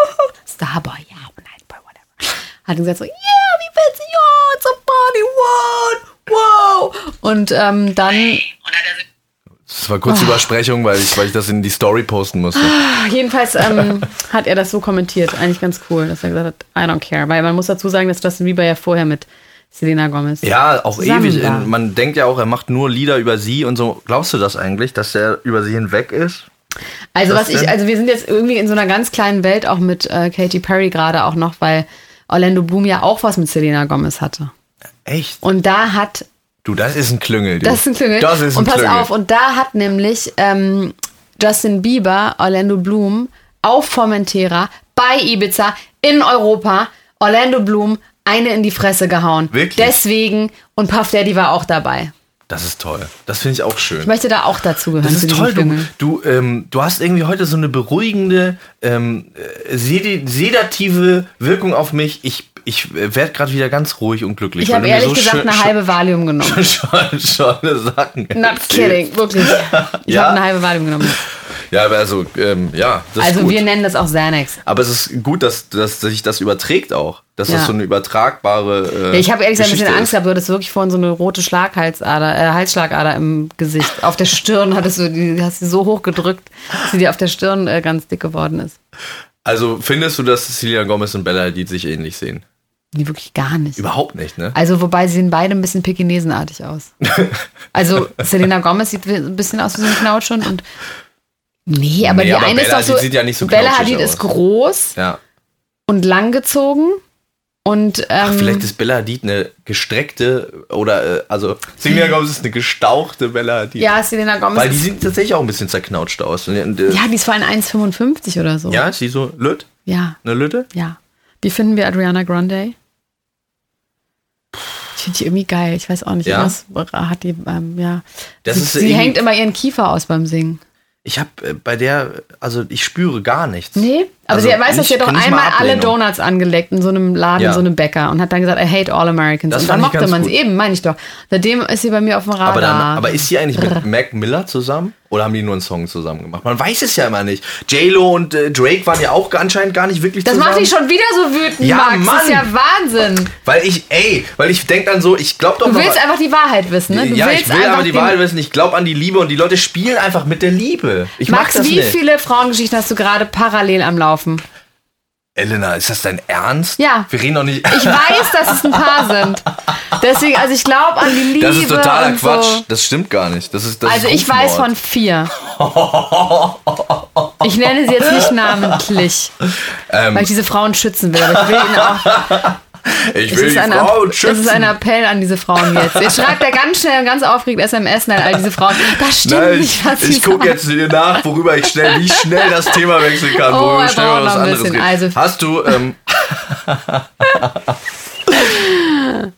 Starboy, ja, Nightboy, whatever. Hat gesagt so, yeah, wie witzig, oh, it's a funny one, wow. Und ähm, dann,
Das war
Oh.
kurz Übersprechung, weil ich, weil ich das in die Story posten musste.
ach, jedenfalls ähm, hat er das so kommentiert, eigentlich ganz cool, dass er gesagt hat, I don't care. Weil man muss dazu sagen, dass Justin Bieber ja vorher mit Selena Gomez.
Ja, auch
Zusammen
ewig.
war.
In, man denkt ja auch, er macht nur Lieder über sie und so. Glaubst du das eigentlich, dass er über sie hinweg ist?
Also
Was
was ich,
denn?
also wir sind jetzt irgendwie in so einer ganz kleinen Welt auch mit äh, Katy Perry gerade auch noch, weil Orlando Bloom ja auch was mit Selena Gomez hatte.
Echt?
Und da hat
Du, das ist ein Klüngel. Du.
Das ist ein Klüngel.
Das ist ein
und pass
Klüngel.
auf, und da hat nämlich ähm, Justin Bieber, Orlando Bloom, auf Formentera, bei Ibiza, in Europa, Orlando Bloom eine in die Fresse gehauen.
Wirklich?
Deswegen, und Puff Daddy war auch dabei.
Das ist toll. Das finde ich auch schön.
Ich möchte da auch dazu gehören.
Das
zu
ist
diesem
toll, du,
Klüngel.
du, ähm, du hast irgendwie heute so eine beruhigende, ähm, äh, sedi- sedative Wirkung auf mich. Ich, ich werde gerade wieder ganz ruhig und glücklich.
Ich
weil
habe
du mir
ehrlich
so
gesagt
schön-
eine halbe Valium genommen.
schon, schon Sachen.
Not kidding, wirklich. Ich
Ja?
habe eine halbe Valium genommen.
Ja, aber also, ähm, ja, das ist
Also
gut.
wir nennen das auch Xanax.
aber es ist gut, dass, dass sich das überträgt auch. Dass
Ja.
das so eine übertragbare. Äh,
Ja, ich habe ehrlich gesagt ein
Geschichte
bisschen Angst
ist.
gehabt, du hattest wirklich vorhin so eine rote Schlaghalsader, äh, Halsschlagader im Gesicht. Auf der Stirn hattest du die, hast sie so hoch gedrückt, dass sie dir auf der Stirn äh, ganz dick geworden ist.
Also findest du, dass Celia Gomez und Bella Hadid sich ähnlich sehen?
die wirklich gar nicht.
Überhaupt nicht, ne?
Also, wobei sie sehen beide ein bisschen pekinesenartig aus. Also, Selena Gomez sieht ein bisschen aus wie so ein Knautschon und. Nee, aber
Nee,
die
aber
eine
Bella
ist doch
Hadid
so.
sieht ja nicht so
Bella
knauschig
Hadid
aus.
ist groß
Ja.
und langgezogen und. Ähm,
Ach, vielleicht ist Bella Hadid eine gestreckte oder, äh, also, Selena Gomez ist eine gestauchte Bella Hadid.
ja, Selena Gomez.
Weil die
ist-
sieht tatsächlich auch ein bisschen zerknautscht aus. Und, und, äh,
ja, die ist vor allem 1,55 oder so.
ja, ist die so löt?
Ja.
Eine Lütte?
Ja. Wie finden wir Adriana Grande? Ich finde die irgendwie geil. Ich weiß auch nicht.
Ja?
Was hat die, ähm, ja.
Das
sie
ist
sie
irgendwie-
hängt immer ihren Kiefer aus beim Singen.
Ich habe äh, bei der, also ich spüre gar nichts.
Nee, aber
Also
sie weiß, dass
nicht-
sie hat doch
nicht mal
einmal alle
Ablehnung.
Donuts angeleckt in so einem Laden,
Ja.
so einem Bäcker und hat dann gesagt, I hate all Americans.
Das
und dann
fand
mochte
ich ganz
man
gut.
sie eben, meine ich doch. Seitdem ist sie bei mir auf dem Radar.
Aber, dann, aber ist sie eigentlich mit Mac Miller zusammen? Oder haben die nur einen Song zusammen gemacht? Man weiß es ja immer nicht. J-Lo und äh, Drake waren ja auch anscheinend gar nicht wirklich
das
zusammen.
macht dich schon wieder so wütend,
Ja,
Max. Das ist ja
Mann.
Wahnsinn.
Weil ich, ey, weil ich denk dann so, ich glaube doch
Du
noch
willst
mal-
einfach die Wahrheit wissen, ne? Du
ja,
willst
ich will aber die
den-
Wahrheit wissen. Ich glaube an die Liebe und die Leute spielen einfach mit der Liebe. Ich mag
Max,
das
wie
nicht.
viele Frauengeschichten hast du gerade parallel am Laufen?
Elena, ist das dein Ernst?
Ja.
Wir reden doch nicht.
Ich weiß, dass es ein Paar sind. Deswegen, also ich glaube an die Liebe.
das ist totaler
und
Quatsch.
So.
Das stimmt gar nicht. Das ist, das
Also
ist
ich weiß von
Rufmord.
vier. Ich nenne sie jetzt nicht namentlich,
Ähm,
weil ich diese Frauen schützen will. Aber ich will ihnen auch.
Ich
Es
will
ist,
die
ein,
Frau
es ist ein
schützen.
Appell an diese Frauen jetzt. Jetzt schreibt er ganz schnell und ganz aufregend SMS an all diese Frauen. Das stimmt
Nein, ich,
nicht, was sie
ich gucke
sagen.
jetzt hier nach, worüber ich schnell, wie ich schnell das Thema wechseln kann,
Oh,
worüber
er
ich schnell
braucht
über was
noch ein
anderes
bisschen.
reden.
Also-
Hast du, ähm,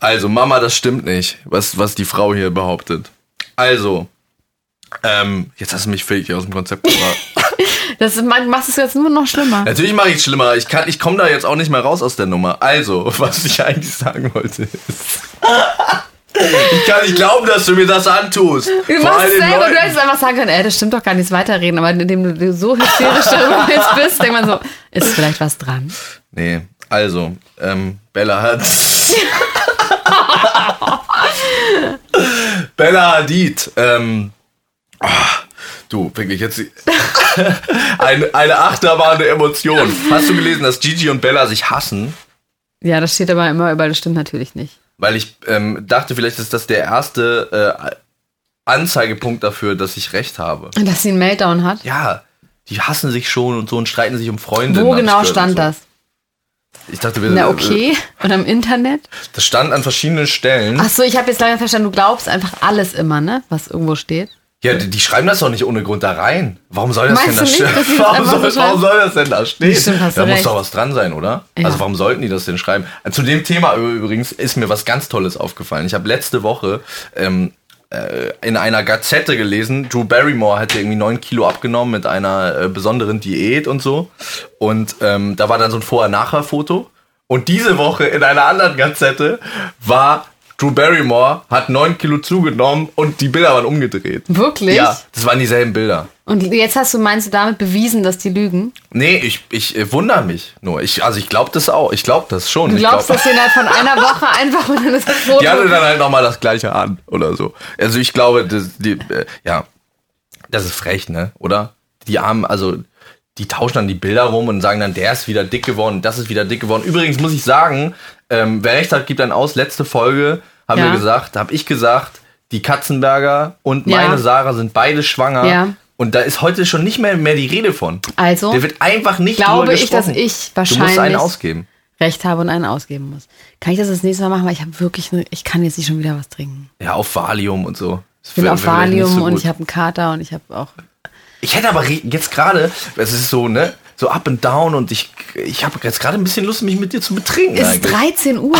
also Mama, das stimmt nicht, was, was die Frau hier behauptet. Also, ähm, jetzt hast du mich völlig aus dem Konzept gebracht.
Das ist, man macht es jetzt nur noch schlimmer.
Natürlich mache ich es schlimmer. Ich, kann- ich komme da jetzt auch nicht mehr raus aus der Nummer. Also, was ich eigentlich sagen wollte ist. Ich kann nicht glauben, dass du mir das antust.
Du
Vor
machst
allen
es selber,
Leuten.
du hättest einfach sagen können, ey, das stimmt doch gar nicht, weiterreden. Aber indem du so hysterisch darüber jetzt bist, denkt man so, ist vielleicht was dran.
Nee, also, ähm, Bella hat. Bella Hadid, ähm. ah, Du, wirklich, jetzt. Ein, eine Achterbahn der Emotionen. Hast du gelesen, dass Gigi und Bella sich hassen?
Ja, das steht aber immer überall, das stimmt natürlich nicht.
Weil ich ähm, dachte, vielleicht ist das der erste äh, Anzeigepunkt dafür, dass ich recht habe.
Und dass sie einen Meltdown hat.
Ja, die hassen sich schon und so und streiten sich um Freunde.
Wo genau stand das?
Ich dachte, wir,
Na okay, und am Internet?
das stand an verschiedenen Stellen.
Achso, ich habe jetzt leider verstanden, du glaubst einfach alles immer, ne? Was irgendwo steht.
Ja, die, die schreiben das doch nicht ohne Grund da rein. Warum soll das
Meinst
denn da
du nicht, dass die
stehen?
das
Warum
einfach
soll,
so schreiben?
warum soll das denn da stehen?
Stimmt, hast
da
du
muss
recht.
doch was dran sein, oder?
Ja.
Also warum sollten die das denn schreiben? Äh, Zu dem Thema übrigens ist mir was ganz Tolles aufgefallen. Ich habe letzte Woche ähm, äh, in einer Gazette gelesen, Drew Barrymore hätte irgendwie 9 Kilo abgenommen mit einer äh, besonderen Diät und so. Und ähm, da war dann so ein Vorher-Nachher-Foto. Und diese Woche in einer anderen Gazette war Drew Barrymore hat 9 Kilo zugenommen und die Bilder waren umgedreht.
Wirklich?
Ja, das waren dieselben Bilder.
Und jetzt hast du, meinst du, damit bewiesen, dass die lügen?
Nee, ich, ich äh, wundere mich nur. Ich, also ich glaube das auch. Ich glaube das schon.
Du
Ich
glaubst,
glaub-
dass sie innerhalb von einer Woche einfach und dann ist das Foto.
die hatte dann halt nochmal das gleiche an oder so. Also ich glaube, das, die, äh, ja, das ist frech, ne? Oder? Die armen, also die tauschen dann die Bilder rum und sagen dann, der ist wieder dick geworden, das ist wieder dick geworden. Übrigens muss ich sagen, ähm, wer recht hat, gibt dann aus. Letzte Folge haben
Ja.
wir gesagt, habe ich gesagt, die Katzenberger und
Ja.
meine Sarah sind beide schwanger.
Ja.
Und da ist heute schon nicht mehr, mehr die Rede von.
Also?
Der wird einfach nicht
Glaube
drüber
ich, dass
gesprochen.
ich
Du musst einen
wahrscheinlich-
ausgeben.
Recht habe und einen ausgeben muss. Kann ich das das nächste Mal machen? Weil ich habe wirklich, ne, ich kann jetzt nicht schon wieder was trinken.
Ja, auf Valium und so.
Ich bin auf Valium und
ich
ich habe einen Kater und ich habe auch.
Ich hätte aber re- jetzt gerade, es ist so, ne, so up and down und ich, ich habe jetzt gerade ein bisschen Lust, mich mit dir zu betrinken.
Es ist
eigentlich.
13 Uhr.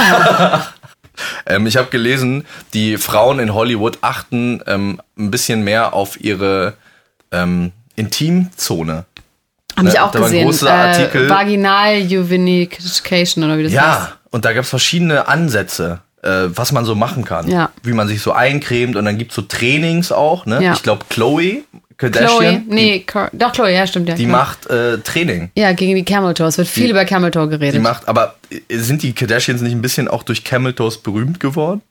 Ähm, ich habe gelesen, die Frauen in Hollywood achten ähm, ein bisschen mehr auf ihre ähm, Intimzone.
Habe ich auch
da war ein
gesehen.
großer Artikel.
Vaginal Juvenication oder wie das heißt.
Ja, und da gab es verschiedene Ansätze, äh, was man so machen kann.
Ja.
Wie man sich so eincremt und dann gibt es so Trainings auch, ne?
Ja.
Ich glaube, Chloe
Chloe,
Kardashian,
nee, Cor- doch Chloe, ja stimmt ja.
die
Chloe.
macht äh, Training.
ja gegen die Camel Toe. Es wird viel über Camel Toe
Die
geredet.
macht, aber äh, sind die Kardashians nicht ein bisschen auch durch Camel Toes berühmt geworden?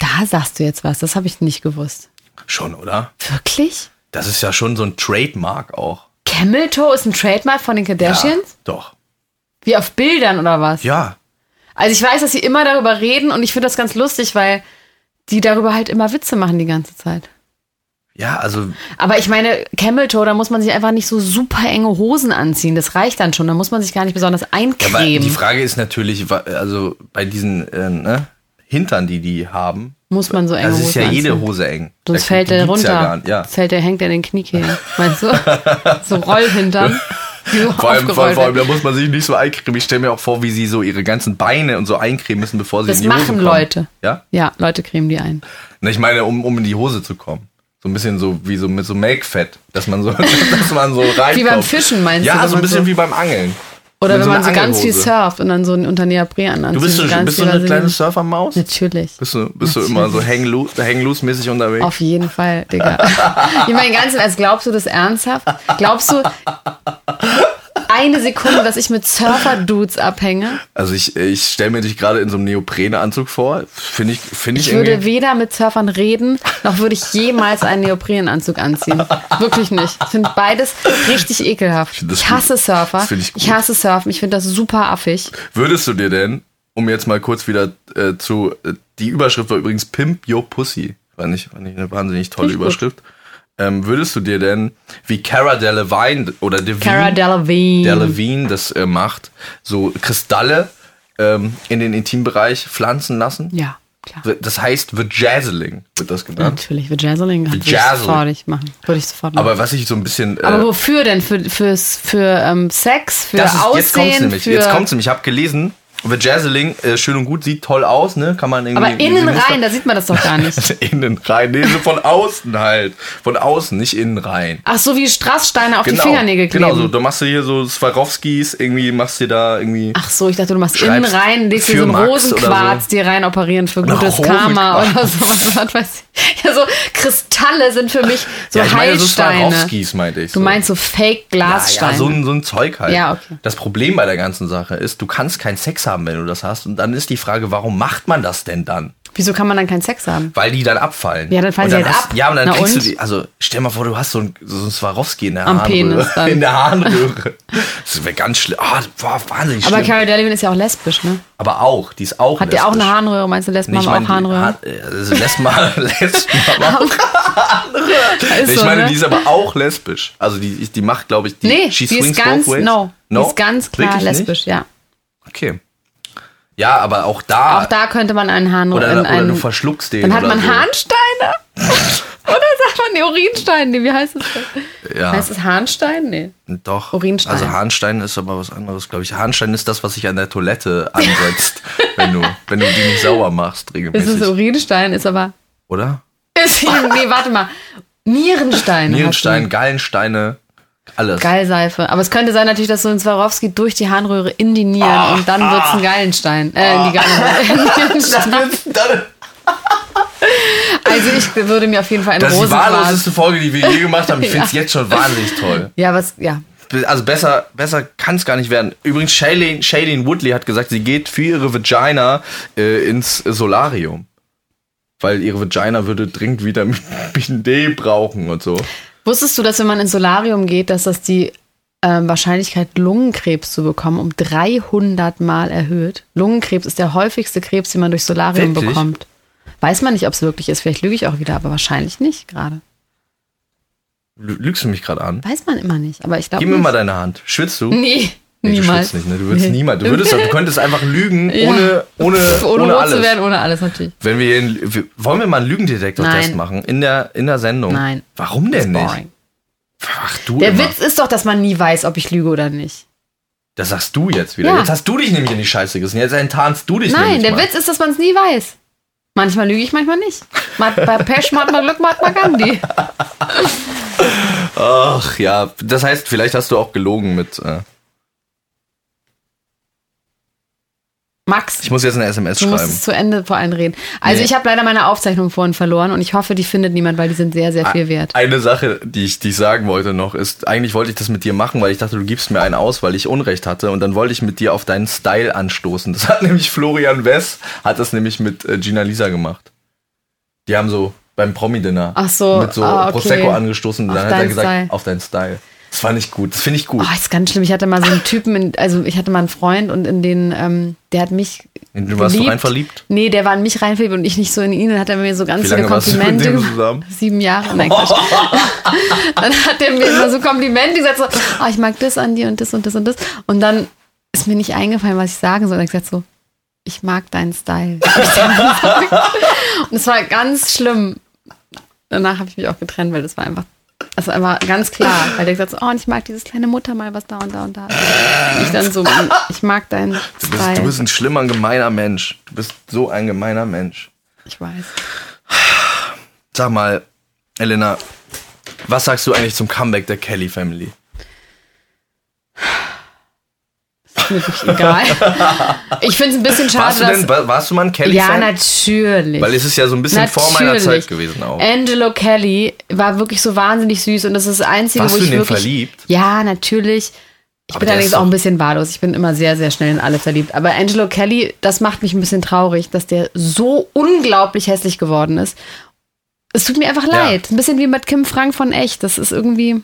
Da sagst du jetzt was. Das habe ich nicht gewusst.
Schon, oder?
Wirklich?
Das ist ja schon so ein Trademark auch.
Camel Toe ist ein Trademark von den
Ja,
Kardashians?
doch.
Wie auf Bildern oder was?
Ja.
Also ich weiß, dass sie immer darüber reden und ich finde das ganz lustig, weil die darüber halt immer Witze machen die ganze Zeit.
Ja, also
Aber ich meine, Camel Toe, da muss man sich einfach nicht so super enge Hosen anziehen. Das reicht dann schon. Da muss man sich gar nicht besonders
aber die
eincremen.
Frage ist natürlich, wa- also bei diesen äh, ne, Hintern, die die haben,
muss man so enge
das
Hosen
ist ja
anziehen.
jede Hose eng.
Sonst
Da-
fällt
die
der
gibt's
runter.
Ja gar nicht, ja.
Fällt der, hängt er den Kniekehlen. Meinst du? so Rollhintern. die so
Vor allem, vor,
aufgerollt
allem- vor allem,
werden.
da muss man sich nicht so eincremen. Ich stelle mir auch vor, wie sie so ihre ganzen Beine und so eincremen müssen, bevor sie
Das
in die Hose
machen
kommen.
Leute.
Ja?
Ja, Leute cremen die ein.
Na, ich meine, um, um in die Hose zu kommen. So ein bisschen so wie so mit so Make-Fett, dass man so, dass man so reinkommt.
Wie beim Fischen, meinst du,
Ja,
wenn
so ein
man
bisschen
so-
wie beim Angeln.
Oder
Mit
wenn
so
man so
einer
ganz viel
Angelhose.
surft und dann so ein unter Neapre anzieht.
Du bist, so,
ganz
bist du
viel
eine
Vaseline.
kleine Surfermaus?
Natürlich.
Bist du, bist du immer so hang loose, hang loose mäßig unterwegs?
Auf jeden Fall, Digga. ich meine, ganz im Ernst, glaubst du das ernsthaft? Glaubst du eine Sekunde, dass ich mit Surfer-Dudes abhänge?
Also ich, ich stelle mir dich gerade in so einem Neoprenanzug vor. Finde ich, finde ich,
Ich würde
irgendwie.
weder mit Surfern reden, noch würde ich jemals einen Neoprenanzug anziehen. Wirklich nicht. Ich finde beides richtig ekelhaft.
find das
Ich hasse
gut.
Surfer.
Das find ich gut.
ich hasse Surfen. Ich finde das super affig.
Würdest du dir denn, um jetzt mal kurz wieder äh, zu, äh, die Überschrift war übrigens Pimp Your Pussy. War nicht, war nicht eine wahnsinnig tolle
Finde ich gut.
Überschrift. Ähm, würdest du dir denn, wie Cara Delevingne oder Devine,
Cara Delevingne.
Delevingne das äh, macht, so Kristalle ähm, in den Intimbereich pflanzen lassen?
Ja, klar.
Das heißt Vajazzling wird das genannt.
Natürlich, wir Jazzeling würde ich
Vajazzling.
sofort nicht machen. Würde ich sofort machen.
Aber was ich so ein bisschen... äh,
Mhm. Aber wofür denn? Für, fürs, für ähm, Sex, für
Das ist,
Aussehen?
jetzt kommt's nämlich.
für
Jetzt kommt's nämlich. Ich habe gelesen, Vajazzling, äh, schön und gut, sieht toll aus, ne? Kann man irgendwie.
aber innen
diese Muster-
rein, da sieht man das doch gar nicht.
innen rein. Nee, so von außen halt. Von außen, nicht innen rein.
Ach so, wie Strasssteine auf die Fingernägel kleben.
Genau, so, du machst dir hier so Swarovskis, irgendwie machst dir da irgendwie.
Ach so, ich dachte, du machst innen
Schreibst
rein, legst dir
für
so einen
Max oder
Rosenquarz
so.
dir rein operieren für
Oder
gutes Karma
Rosenquarz.
oder sowas. Was weiß ich. Ja, so Kristalle sind für mich so
ja, ich meine so
Heilsteine.
Swarovskis, meinte ich.
du
so.
meinst so
ja,
Fake-Glassteine.
ja, so ein, so ein Zeug halt.
Ja, okay.
Das Problem bei der ganzen Sache ist, du kannst keinen Sex haben, wenn du das hast. Und dann ist die Frage, warum macht man das denn dann?
Wieso kann man dann keinen Sex haben?
Weil die dann abfallen.
Ja, dann fallen
Und
sie halt
hast,
ab.
Ja, und dann
Na
kriegst
und?
du die. Also stell mal vor, du hast so ein, so ein Swarovski in der
Am
Harnröhre.
Penis dann.
In der Harnröhre. Das wäre ganz schlimm. Ah, das war wahnsinnig
Aber
schlimm.
Cara Delevingne ist ja auch lesbisch, ne?
Aber auch, die ist auch.
Hat der auch eine
lesbisch.
Harnröhre? Meinst du, Lesben
Nee, ich
haben
meine,
auch Harnröhre?
die Har- also lässt mal, lässt mal auch.
Ist
Ich
so,
meine,
ne?
die ist aber auch lesbisch. Also die, die macht, glaube ich, die.
Nee,
she
die ist
swings
ganz,
both ways.
no,
no.
Die ist ganz klar
Wirklich nicht?
lesbisch, ja.
Okay. Ja, aber auch da.
Auch da könnte man einen Hahn
Ah. oder,
in
oder
einen,
du verschluckst den.
Dann hat
oder
man
so.
Harnsteine. oder sagt man die Urinsteine? Nee, wie heißt es? denn?
Ja.
Heißt es Harnstein? Nee.
Doch.
Urinstein.
Also Harnstein ist aber was anderes, glaube ich. Harnstein ist das, was sich an der Toilette ansetzt, wenn du, wenn du die nicht sauber machst
Es ist
regelmäßig.
Urinstein, ist aber.
Oder?
Ist, nee, warte mal. Nierenstein. heißt
Nierenstein,
die.
Gallensteine, alles.
Gallseife. Aber es könnte sein natürlich, dass so ein Swarovski durch die Harnröhre in die Nieren
Ah,
und dann wird's ein Gallenstein. Äh, in die Gallenstein. also ich würde mir auf jeden Fall einen
Das ist die
Rosenquarz.
wahlloseste Folge, die wir je gemacht haben. Ich
Ja.
finde es jetzt schon wahnsinnig toll.
Ja, was, ja.
Also besser, besser kann es gar nicht werden. Übrigens, Shailene, Shailene Woodley hat gesagt, sie geht für ihre Vagina äh, ins Solarium. Weil ihre Vagina würde dringend Vitamin D brauchen und so.
Wusstest du, dass wenn man ins Solarium geht, dass das die ähm, Wahrscheinlichkeit, Lungenkrebs zu bekommen, um 300 Mal erhöht? Lungenkrebs ist der häufigste Krebs, den man durch Solarium
Wirklich?
bekommt. Weiß man nicht, ob es wirklich ist. Vielleicht lüge ich auch wieder, aber wahrscheinlich nicht gerade.
Lü- Lügst du mich gerade an?
Weiß man immer nicht, aber ich glaube.
Gib mir mal deine Hand. Schwitzt du?
Nee,
Nee,
Hm. niemals.
Du schwitzt nicht, ne? Du würdest
Nee.
niemals. Du würdest, doch- du könntest einfach lügen
Ja.
ohne, ohne,
Pff,
ohne,
rot
alles.
zu werden, ohne alles natürlich.
Wenn wir, hier- wir wollen wir mal einen Lügendetektor-Test
Nein.
machen in der in der Sendung.
Nein.
Warum denn nicht?
Boring.
Ach du.
Der
immer.
Witz ist doch, dass man nie weiß, ob ich lüge oder nicht.
Das sagst du jetzt wieder.
Ja.
Jetzt hast du dich nämlich in die Scheiße gerissen. Jetzt enttarnst du dich
Nein,
nämlich
der
mal.
Witz ist, dass man es nie weiß. Manchmal lüge ich, manchmal nicht. Mal- Bei Pesh, mal hat man Glück, mal hat man Gandhi.
Ach ja, das heißt, vielleicht hast du auch gelogen mit. Äh,
Max.
ich muss jetzt eine SMS
Du musst
schreiben.
es zu Ende vor allem reden. Also
Nee.
ich habe leider meine Aufzeichnung vorhin verloren und ich hoffe, die findet niemand, weil die sind sehr,
Ah.
sehr viel wert.
Eine Sache, die ich, die ich sagen wollte noch, ist, eigentlich wollte ich das mit dir machen, weil ich dachte, du gibst mir einen aus, weil ich Unrecht hatte. Und dann wollte ich mit dir auf deinen Style anstoßen. Das hat nämlich Florian Wess, hat das nämlich mit äh, Gina Lisa gemacht. Die haben so beim Promi-Dinner
Ach so,
mit so
ah, okay.
Prosecco angestoßen und
Auf
dann hat er
deinen
gesagt,
Style.
auf deinen Style. Das fand ich gut, das finde ich gut.
Oh, ist ganz schlimm. Ich hatte mal so einen Typen, in, also ich hatte mal einen Freund und in den, ähm, der hat mich
In Du warst du rein verliebt?
Nee, der war in mich rein verliebt und ich nicht so in ihn. Dann hat er mir so ganz
Wie
viele
lange warst du mit
Komplimente
dem
gemacht.
zusammen?
Sieben Jahre. Nein, Quatsch. dann hat er mir immer so Komplimente gesagt, so, oh, ich mag das an dir und das und das und das. Und dann ist mir nicht eingefallen, was ich sagen soll. Und er hat gesagt so, ich mag deinen Style. Hab ich dann gesagt. und es war ganz schlimm. Danach habe ich mich auch getrennt, weil das war einfach, das war einfach ganz klar. Weil der gesagt so, oh, und ich mag dieses kleine Mutter mal was da und da und da. Und ich dann so, ich mag deinen
Du bist,
Style.
du bist ein schlimmer, gemeiner Mensch. Du bist so ein gemeiner Mensch.
ich weiß.
Sag mal, Elena, was sagst du eigentlich zum Comeback der Kelly Family?
Ist mir wirklich egal. Ich finde es ein bisschen schade,
Warst du, denn,
dass.
wa- warst du mal ein
Ja,
Kelly-Fan?
natürlich.
Weil es ist ja so ein bisschen vor meiner
Natürlich. Äh,
Zeit gewesen auch.
Angelo Kelly war wirklich so wahnsinnig süß und das ist das Einzige,
Warst
wo
du
ich
in den
wirklich.
verliebt?
Ja, natürlich. Ich
Aber
bin
der
allerdings
ist
auch ein
doch-
bisschen wahllos. Ich bin immer sehr, sehr schnell in alle verliebt. Aber Angelo Kelly, das macht mich ein bisschen traurig, dass der so unglaublich hässlich geworden ist. Es tut mir einfach leid. Ein bisschen wie mit Kim Frank von Echt. Das ist irgendwie.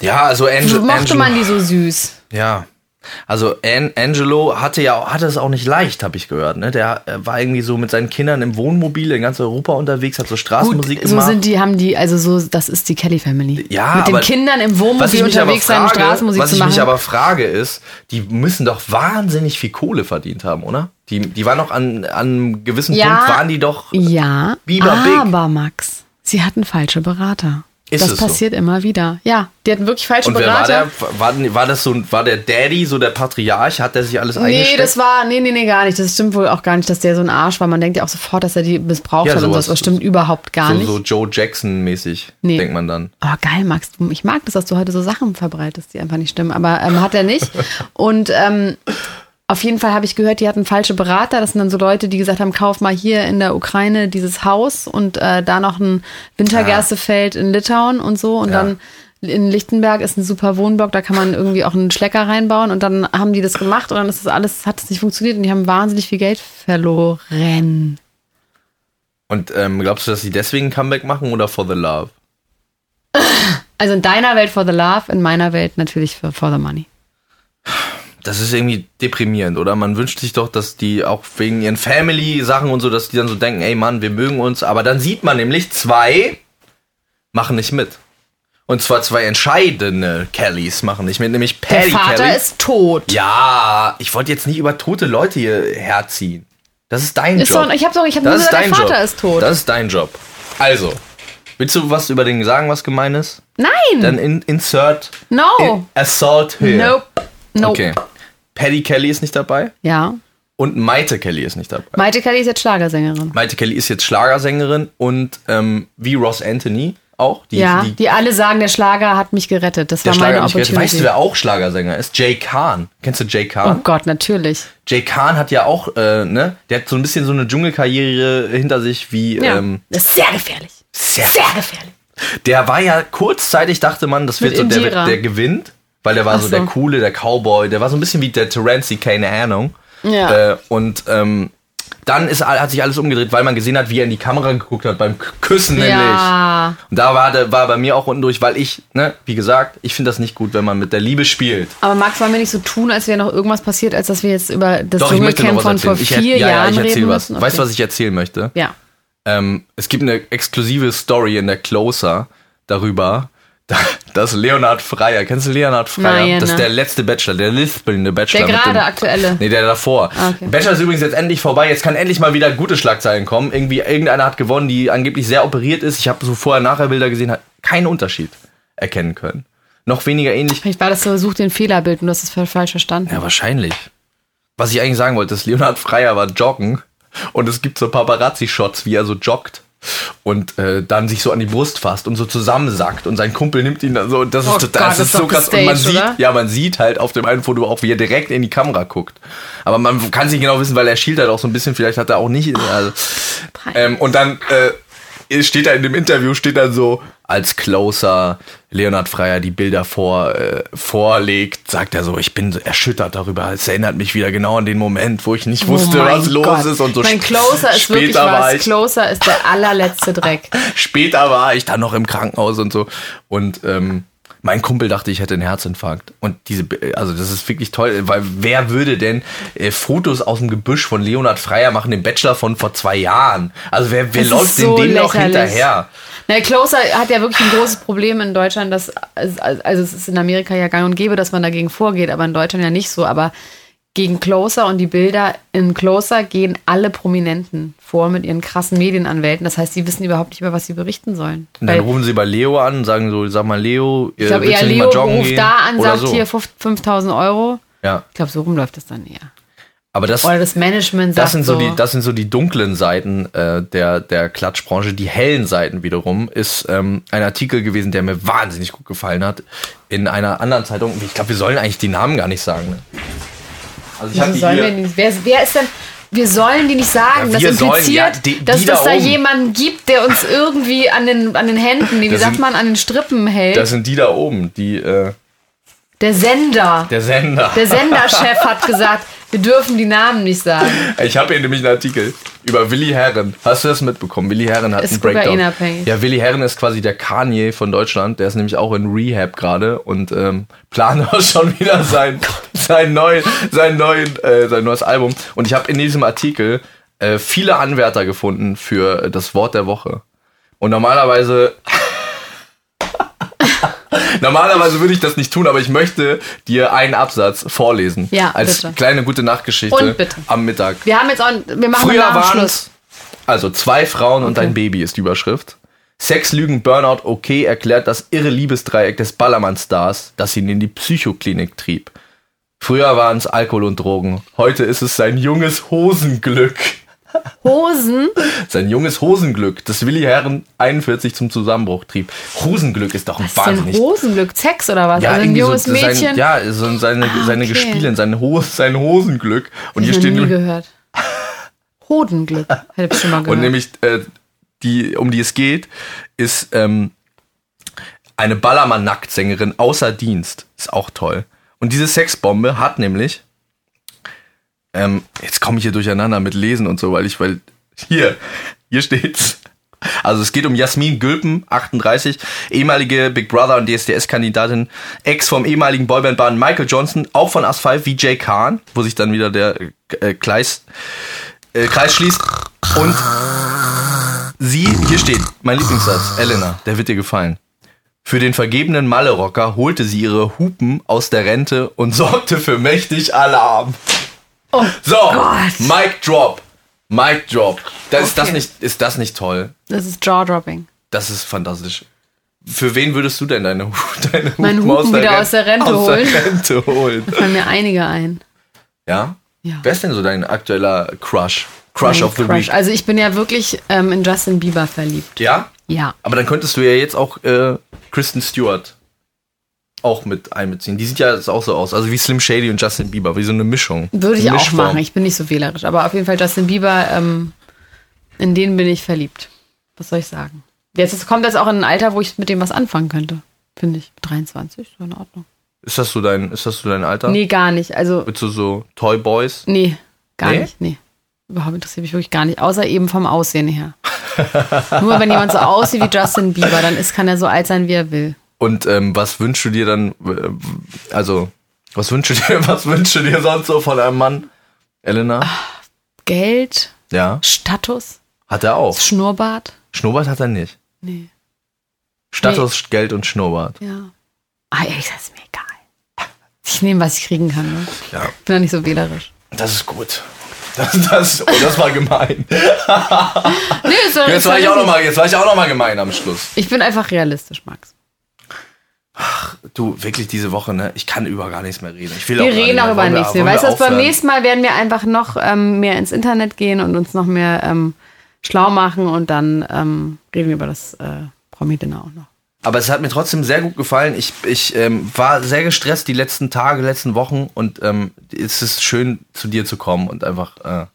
Ja, also Angel,
mochte
Angelo.
man die so süß?
Ja. Also An Angelo hatte ja hatte es auch nicht leicht, habe ich gehört. Ne? Der äh, war irgendwie so mit seinen Kindern im Wohnmobil in ganz Europa unterwegs, hat so Straßenmusik
Gut, so
gemacht.
sind die, haben die, also so, das ist die Kelly Family.
Ja,
Mit den
aber-
Kindern im
was ich
Wohnmobil
mich aber
unterwegs sein,
frage,
um Straßenmusik
was
zu
ich
machen.
mich aber frage ist, die müssen doch wahnsinnig viel Kohle verdient haben, oder? Die, die waren doch an, an einem gewissen
Ja.
Punkt, waren die doch.
ja,
Biber Big.
aber Max, sie hatten falsche Berater.
Ist
das
es so?
passiert immer wieder. Ja, die hatten wirklich falsche
Und wer war
Berater.
der? War, war das so ein- war der Daddy, so der Patriarch? Hat der sich alles
Nee,
eingesteckt?
das war, nee, nee, nee, gar nicht. Das stimmt wohl auch gar nicht, dass der so ein Arsch war. Man denkt ja auch sofort, dass er die missbraucht
Ja,
hat und
sowas-
sowas. Das stimmt überhaupt gar
so,
nicht.
so Joe Jackson-mäßig,
Nee.
denkt man dann.
Oh, geil, Max. Du, ich mag das, dass du heute so Sachen verbreitest, die einfach nicht stimmen. Aber ähm, hat er nicht. Und ähm, auf jeden Fall habe ich gehört, die hatten falsche Berater. Das sind dann so Leute, die gesagt haben, kauf mal hier in der Ukraine dieses Haus und äh, da noch ein Wintergerstefeld in Litauen und so. Und
Ja.
dann in Lichtenberg ist ein super Wohnblock, da kann man irgendwie auch einen Schlecker reinbauen. Und dann haben die das gemacht und dann ist das alles, hat es nicht funktioniert und die haben wahnsinnig viel Geld verloren.
Und ähm, glaubst du, dass sie deswegen ein Comeback machen oder for the love?
Also in deiner Welt for the love, in meiner Welt natürlich für for the money.
Das ist irgendwie deprimierend, oder? Man wünscht sich doch, dass die auch wegen ihren Family-Sachen und so, dass die dann so denken, ey Mann, wir mögen uns. Aber dann sieht man nämlich, zwei machen nicht mit. Und zwar zwei entscheidende Kellys machen nicht mit, nämlich Patty
Der Vater
Kelly.
ist tot.
ja, ich wollte jetzt nicht über tote Leute hier herziehen. Das ist dein
Ist
Job.
doch- ich hab doch- ich hab
Das
nur gesagt,
dein
der Vater
Job.
ist tot.
Das ist dein Job. Also, willst du was über den sagen, was gemein ist?
Nein!
Dann in, insert
no!
in, Assault here.
Hm. Oh. Nope. Nope.
Okay. Paddy Kelly ist nicht dabei
Ja.
und Maite Kelly ist nicht dabei.
Maite Kelly ist jetzt Schlagersängerin.
Maite Kelly ist jetzt Schlagersängerin und ähm, wie Ross Anthony auch. Die,
ja, die, alle sagen, der Schlager hat mich gerettet. Das
der
war meine
Schlager nicht gerettet.
Opportunity.
Weißt du, wer auch Schlagersänger ist? Jay Kahn. Kennst du Jay
oh
Kahn?
Gott, natürlich.
Jay Kahn hat ja auch, äh, ne? Der hat so ein bisschen so eine Dschungelkarriere hinter sich wie.
Ja.
Ähm,
das ist sehr gefährlich.
sehr,
Sehr gefährlich.
Der war ja kurzzeitig, dachte man, das wird
Mit
so der,
Indira.
der gewinnt, weil der war
Ach
so,
so.
der coole, der Cowboy, der war so ein bisschen wie der Terenzi, keine Ahnung.
Ja.
Äh, und ähm, dann ist, all- hat sich alles umgedreht, weil man gesehen hat, wie er in die Kamera geguckt hat beim K- Küssen nämlich.
Ja.
Und da war, der, war bei mir auch unten durch, weil ich, ne, wie gesagt, ich finde das nicht gut, wenn man mit der Liebe spielt.
Aber Max, wollen wir nicht so tun, als wäre noch irgendwas passiert, als dass wir jetzt über das
Doch, ich möchte noch
Dschungelcamp
was
von vor
erzählen. Ich,
vier
er- ja, ja,
Jahren
ich
reden
erzähle was.
müssen?
Weißt du,
Okay.
was ich erzählen möchte?
Ja.
Ähm, es gibt eine exklusive Story in der Closer darüber, da- dass Leonhard Freier, kennst du Leonhard Freier?
Nein,
das ist
ne.
der letzte Bachelor, der lispelnde Bachelor.
Der
mit
gerade
dem-
aktuelle.
Nee, der davor.
Ah, okay.
Bachelor ist übrigens jetzt endlich vorbei. Jetzt kann endlich mal wieder gute Schlagzeilen kommen. Irgendwie, irgendeiner hat gewonnen, die angeblich sehr operiert ist. Ich habe so Vorher-Nachher-Bilder gesehen, hat keinen Unterschied erkennen können. Noch weniger ähnlich.
Vielleicht war das so, such den Fehlerbild und du hast es ver- falsch verstanden.
Ja, wahrscheinlich. Was ich eigentlich sagen wollte, ist, Leonhard Freier war joggen und es gibt so Paparazzi-Shots, wie er so joggt und äh, dann sich so an die Brust fasst und so zusammensackt und sein Kumpel nimmt ihn dann so und das
Oh
ist total, das
Gott,
ist
ist doch
so krass und man
gestaged,
sieht,
oder?
ja, man sieht halt auf dem einen Foto auch, wie er direkt in die Kamera guckt. Aber man kann es nicht genau wissen, weil er schielt halt auch so ein bisschen, vielleicht hat er auch nicht also, ähm, und dann äh, steht da in dem Interview, steht dann so, als Closer Leonhard Freier die Bilder vor, äh, vorlegt, sagt er so, ich bin so erschüttert darüber. Es erinnert mich wieder genau an den Moment, wo ich nicht wusste,
Oh mein
was los
Gott.
ist. Und so
Mein
sp-
Closer ist wirklich
später war
was.
ich,
Closer ist der allerletzte Dreck.
später war ich dann noch im Krankenhaus und so. Und ähm, Mein Kumpel dachte, ich hätte einen Herzinfarkt. Und diese, Bi- also das ist wirklich toll, weil wer würde denn äh, Fotos aus dem Gebüsch von Leonhard Freier machen, dem Bachelor von vor zwei Jahren? Also wer, wer
Das
läuft
ist so
denn dem noch
lächerlich.
hinterher?
Na, Closer hat ja wirklich ein großes Problem in Deutschland, dass, also also es ist in Amerika ja gang und gäbe, dass man dagegen vorgeht, aber in Deutschland ja nicht so. Aber gegen Closer und die Bilder in Closer gehen alle Prominenten vor mit ihren krassen Medienanwälten. Das heißt, sie wissen überhaupt nicht mehr, was sie berichten sollen.
Und dann
Weil-
rufen sie bei Leo an und sagen so, sag mal Leo, äh,
ich glaube eher Leo ruft da an, sagt
so.
hier 5- 5000 Euro.
Ja,
Ich glaube, so rumläuft das dann eher.
aber das,
Oder das Management sagt
das sind so die, das sind so die dunklen Seiten äh, der der Klatschbranche. Die hellen Seiten wiederum ist ähm, ein Artikel gewesen, der mir wahnsinnig gut gefallen hat in einer anderen Zeitung. Ich glaube, wir sollen eigentlich die Namen gar nicht sagen. Ne? Also ich hab
Wieso
die
sollen
hier.
wir die nicht, wer, wer ist denn. Wir sollen die nicht sagen.
Ja,
das
wir
impliziert,
sollen, ja, die- die
dass
da
es da
oben.
jemanden gibt, der uns irgendwie an den, an den Händen, nee, wie
Das
sagt
sind-
man, an den Strippen hält.
das sind die da oben, die äh,
der Sender.
der Sender.
Der Senderchef hat gesagt, wir dürfen die Namen nicht sagen.
Ich habe hier nämlich einen Artikel über Willi Herren. Hast du das mitbekommen? Willi Herren hat
Ist
einen Breakdown.
kokainabhängig.
Ja, Willi Herren ist quasi der Kanye von Deutschland. Der ist nämlich auch in Rehab gerade und ähm, plant auch schon wieder sein, sein, neu, sein, neuen, äh, sein neues Album. Und ich habe in diesem Artikel äh, viele Anwärter gefunden für äh, das Wort der Woche. Und normalerweise Normalerweise würde ich das nicht tun, aber ich möchte dir einen Absatz vorlesen.
Ja,
Als
bitte.
kleine gute Nachtgeschichte
Und bitte.
am Mittag.
Wir haben jetzt auch, wir machen
Früher
einen
waren
Nachschluss.
es also zwei Frauen und ein Baby ist die Überschrift. Sex, Lügen, Burnout, okay, erklärt das irre Liebesdreieck des Ballermann-Stars, das ihn in die Psychoklinik trieb. Früher waren es Alkohol und Drogen. Heute ist es sein junges Hosenglück.
Hosen.
Sein junges Hosenglück, das Willi Herren 41 zum Zusammenbruch trieb. Hosenglück ist doch ein
Was ist denn
wahnsinnig
Hosenglück? Sex oder was? also ein
irgendwie so
junges Mädchen. Ah,
Sein, ja, so seine, seine
okay.
Gespielin, sein, Ho sein Hosenglück. Und hier
ich noch
stehen
nie
nur-
gehört. Hodenglück. Hätte ich schon mal gehört.
und nämlich äh, die, um die es geht, ist ähm, eine Ballermann-Nacktsängerin außer Dienst. Ist auch toll. Und diese Sexbombe hat nämlich. Ähm, jetzt komme ich hier durcheinander mit Lesen und so, weil ich, weil. Hier, hier steht's. Also es geht um Jasmin Gülpen, 38, ehemalige Big Brother und DSDS-Kandidatin, Ex vom ehemaligen Boyband-Bahn Michael Johnson, auch von Asphalt, VJ Khan, wo sich dann wieder der äh, Kleis, äh, Kreis schließt. Und sie, hier steht, mein Lieblingssatz, Elena, der wird dir gefallen. Für den vergebenen Malle-Rocker holte sie ihre Hupen aus der Rente und sorgte für mächtig Alarm.
oh,
So,
Gott.
Mic Drop. Mic Drop. Das, ist, das
Okay.
nicht, ist das nicht toll?
das ist Jawdropping.
Das ist fantastisch. Für wen würdest du denn deine, Hu- deine
Meine
Hupen
Hupen wieder aus der Rente
aus
holen?
Der Rente holen?
Fallen mir einige ein.
Ja?
Ja.
Wer ist denn so dein aktueller Crush? Crush
Mein
of the
Crush.
Week.
Also ich bin ja wirklich ähm, in Justin Bieber verliebt.
ja?
Ja.
Aber dann könntest du ja jetzt auch äh, Kristen Stewart auch mit einbeziehen. Die sieht ja jetzt auch so aus. Also wie Slim Shady und Justin Bieber, wie so eine Mischung.
Würde ich
Eine
auch
Mischform.
machen. Ich bin nicht so wählerisch. Aber auf jeden Fall Justin Bieber, ähm, in den bin ich verliebt. Was soll ich sagen? Jetzt es kommt jetzt auch in ein Alter, wo ich mit dem was anfangen könnte. Finde ich. 23, so in Ordnung.
Ist das so dein, ist das so dein Alter?
Nee, gar nicht. Also,
Willst du so Toy Boys?
nee, gar
Nee?
nicht. Nee. Überhaupt interessiert mich wirklich gar nicht. Außer eben vom Aussehen her. Nur wenn jemand so aussieht wie Justin Bieber, dann ist, kann er so alt sein, wie er will.
Und ähm, was wünschst du dir dann, äh, also, was wünschst du dir, was wünschst du dir sonst so von einem Mann? Elena?
Geld,
Ja.
Status,
Hat er auch.
Schnurrbart.
Schnurrbart hat er nicht.
Nee,
Status, Geld und Schnurrbart.
ja. Ah, ehrlich, gesagt, ist mir egal. Ich nehme, was ich kriegen kann. Ne?
Ja.
Ich bin doch nicht so wählerisch.
Das ist gut. Das, das, oh, das war gemein.
Nee, ist doch-
Jetzt
ist
war ich
doch
auch
nicht-
nochmal, jetzt war ich auch noch mal gemein am Schluss.
Ich bin einfach realistisch, Max.
Du, wirklich diese Woche, ne? Ich kann über gar nichts mehr reden. Ich will
Wir
auch gar
reden
nicht mehr.
darüber
Wollen wir-
nichts mehr.
wollen wir
Weißt du, was, beim
aufhören?
nächsten Mal werden wir einfach noch ähm, mehr ins Internet gehen und uns noch mehr ähm, schlau machen und dann ähm, reden wir über das äh, Promi-Dinner auch noch.
Aber es hat mir trotzdem sehr gut gefallen. Ich, ich ähm, war sehr gestresst die letzten Tage, letzten Wochen und ähm, es ist schön, zu dir zu kommen und einfach. Äh,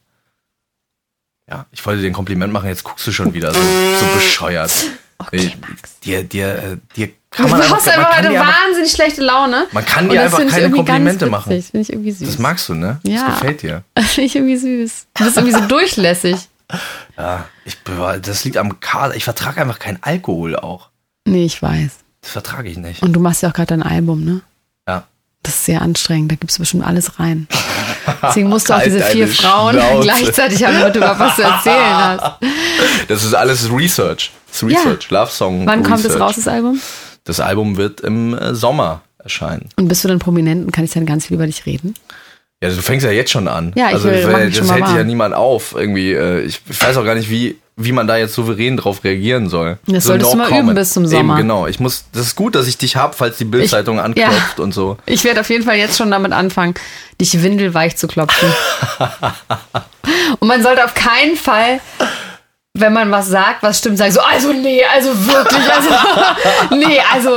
ja, ich wollte dir ein Kompliment machen, jetzt guckst du schon wieder so, so bescheuert.
Okay,
Nee,
Max.
Dir, dir, äh, dir kann man
Du hast
einfach, man
einfach
kann
heute
dir einfach,
wahnsinnig schlechte Laune.
man kann
Und
dir
das
einfach
find ich
keine
irgendwie ganz
Komplimente
witzig.
machen.
Das finde ich irgendwie süß.
Das magst du, ne?
Ja.
Das gefällt dir.
Das finde ich irgendwie süß. Du bist irgendwie so durchlässig.
Ja, ich, das liegt am Kader. Ich vertrage einfach keinen Alkohol auch.
Nee, ich weiß.
Das vertrage ich nicht.
Und du machst ja auch gerade dein Album, ne?
Ja.
Das ist sehr anstrengend, da gibst du bestimmt alles rein. Deswegen musst du auch
Halt
diese vier
deine
Frauen
Schnauze.
gleichzeitig haben, damit du überhaupt was zu erzählen hast.
Das ist alles Research. Das ist
Ja.
Research. Love Song.
Wann kommt es
Research.
raus, das Album?
Das Album wird im äh, Sommer erscheinen.
Und bist du dann prominent und kann ich dann ganz viel über dich reden?
Ja, du fängst ja jetzt schon an.
Ja, ich
also,
will-
das
mach
wär-
mich schon
das
mal
hält sich ja
warm.
niemand auf. Irgendwie, äh, ich weiß auch gar nicht, wie, wie man da jetzt souverän drauf reagieren soll.
Das solltest du mal üben bis zum Sommer.
Eben, genau. Ich muss, das ist gut, dass ich dich hab, falls die Bildzeitung
Ich-
anklopft
ja.
und so.
Ich werde auf jeden Fall jetzt schon damit anfangen, dich windelweich zu klopfen. und man sollte auf keinen Fall, wenn man was sagt, was stimmt, sagen so, also nee, also wirklich, also nee, also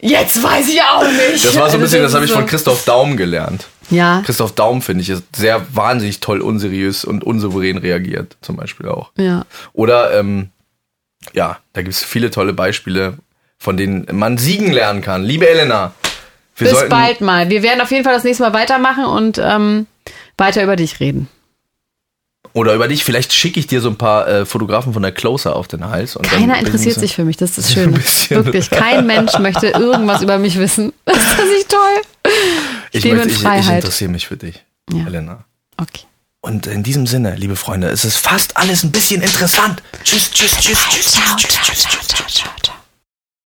jetzt weiß ich auch nicht.
Das war so
Also
ein bisschen, das habe ich
ist
von
so-
Christoph Daum gelernt.
Ja,
Christoph Daum, finde ich, ist sehr wahnsinnig toll unseriös und unsouverän reagiert, zum Beispiel auch.
ja.
Oder, ähm, ja, da gibt es viele tolle Beispiele, von denen man siegen lernen kann. Liebe Elena, wir
Bis bald mal. Wir werden auf jeden Fall das nächste Mal weitermachen und ähm, weiter über dich reden.
Oder über dich, vielleicht schicke ich dir so ein paar äh, Fotografen von der Closer auf den Hals. Und dann
Keiner
bin ich ein
interessiert
bisschen-
sich für mich, das ist das Schöne.
bisschen-
Wirklich, kein Mensch möchte irgendwas über mich wissen. Das ist nicht toll.
Ich,
Leben
möchte,
in
ich, ich
Freiheit.
interessiere mich für dich,
Ja.
Elena.
Okay.
Und in diesem Sinne, liebe Freunde, es ist fast alles ein bisschen interessant. Tschüss, tschüss, tschüss, tschüss, tschüss, tschüss, tschüss, tschüss, tschüss.
ciao, ciao, ciao.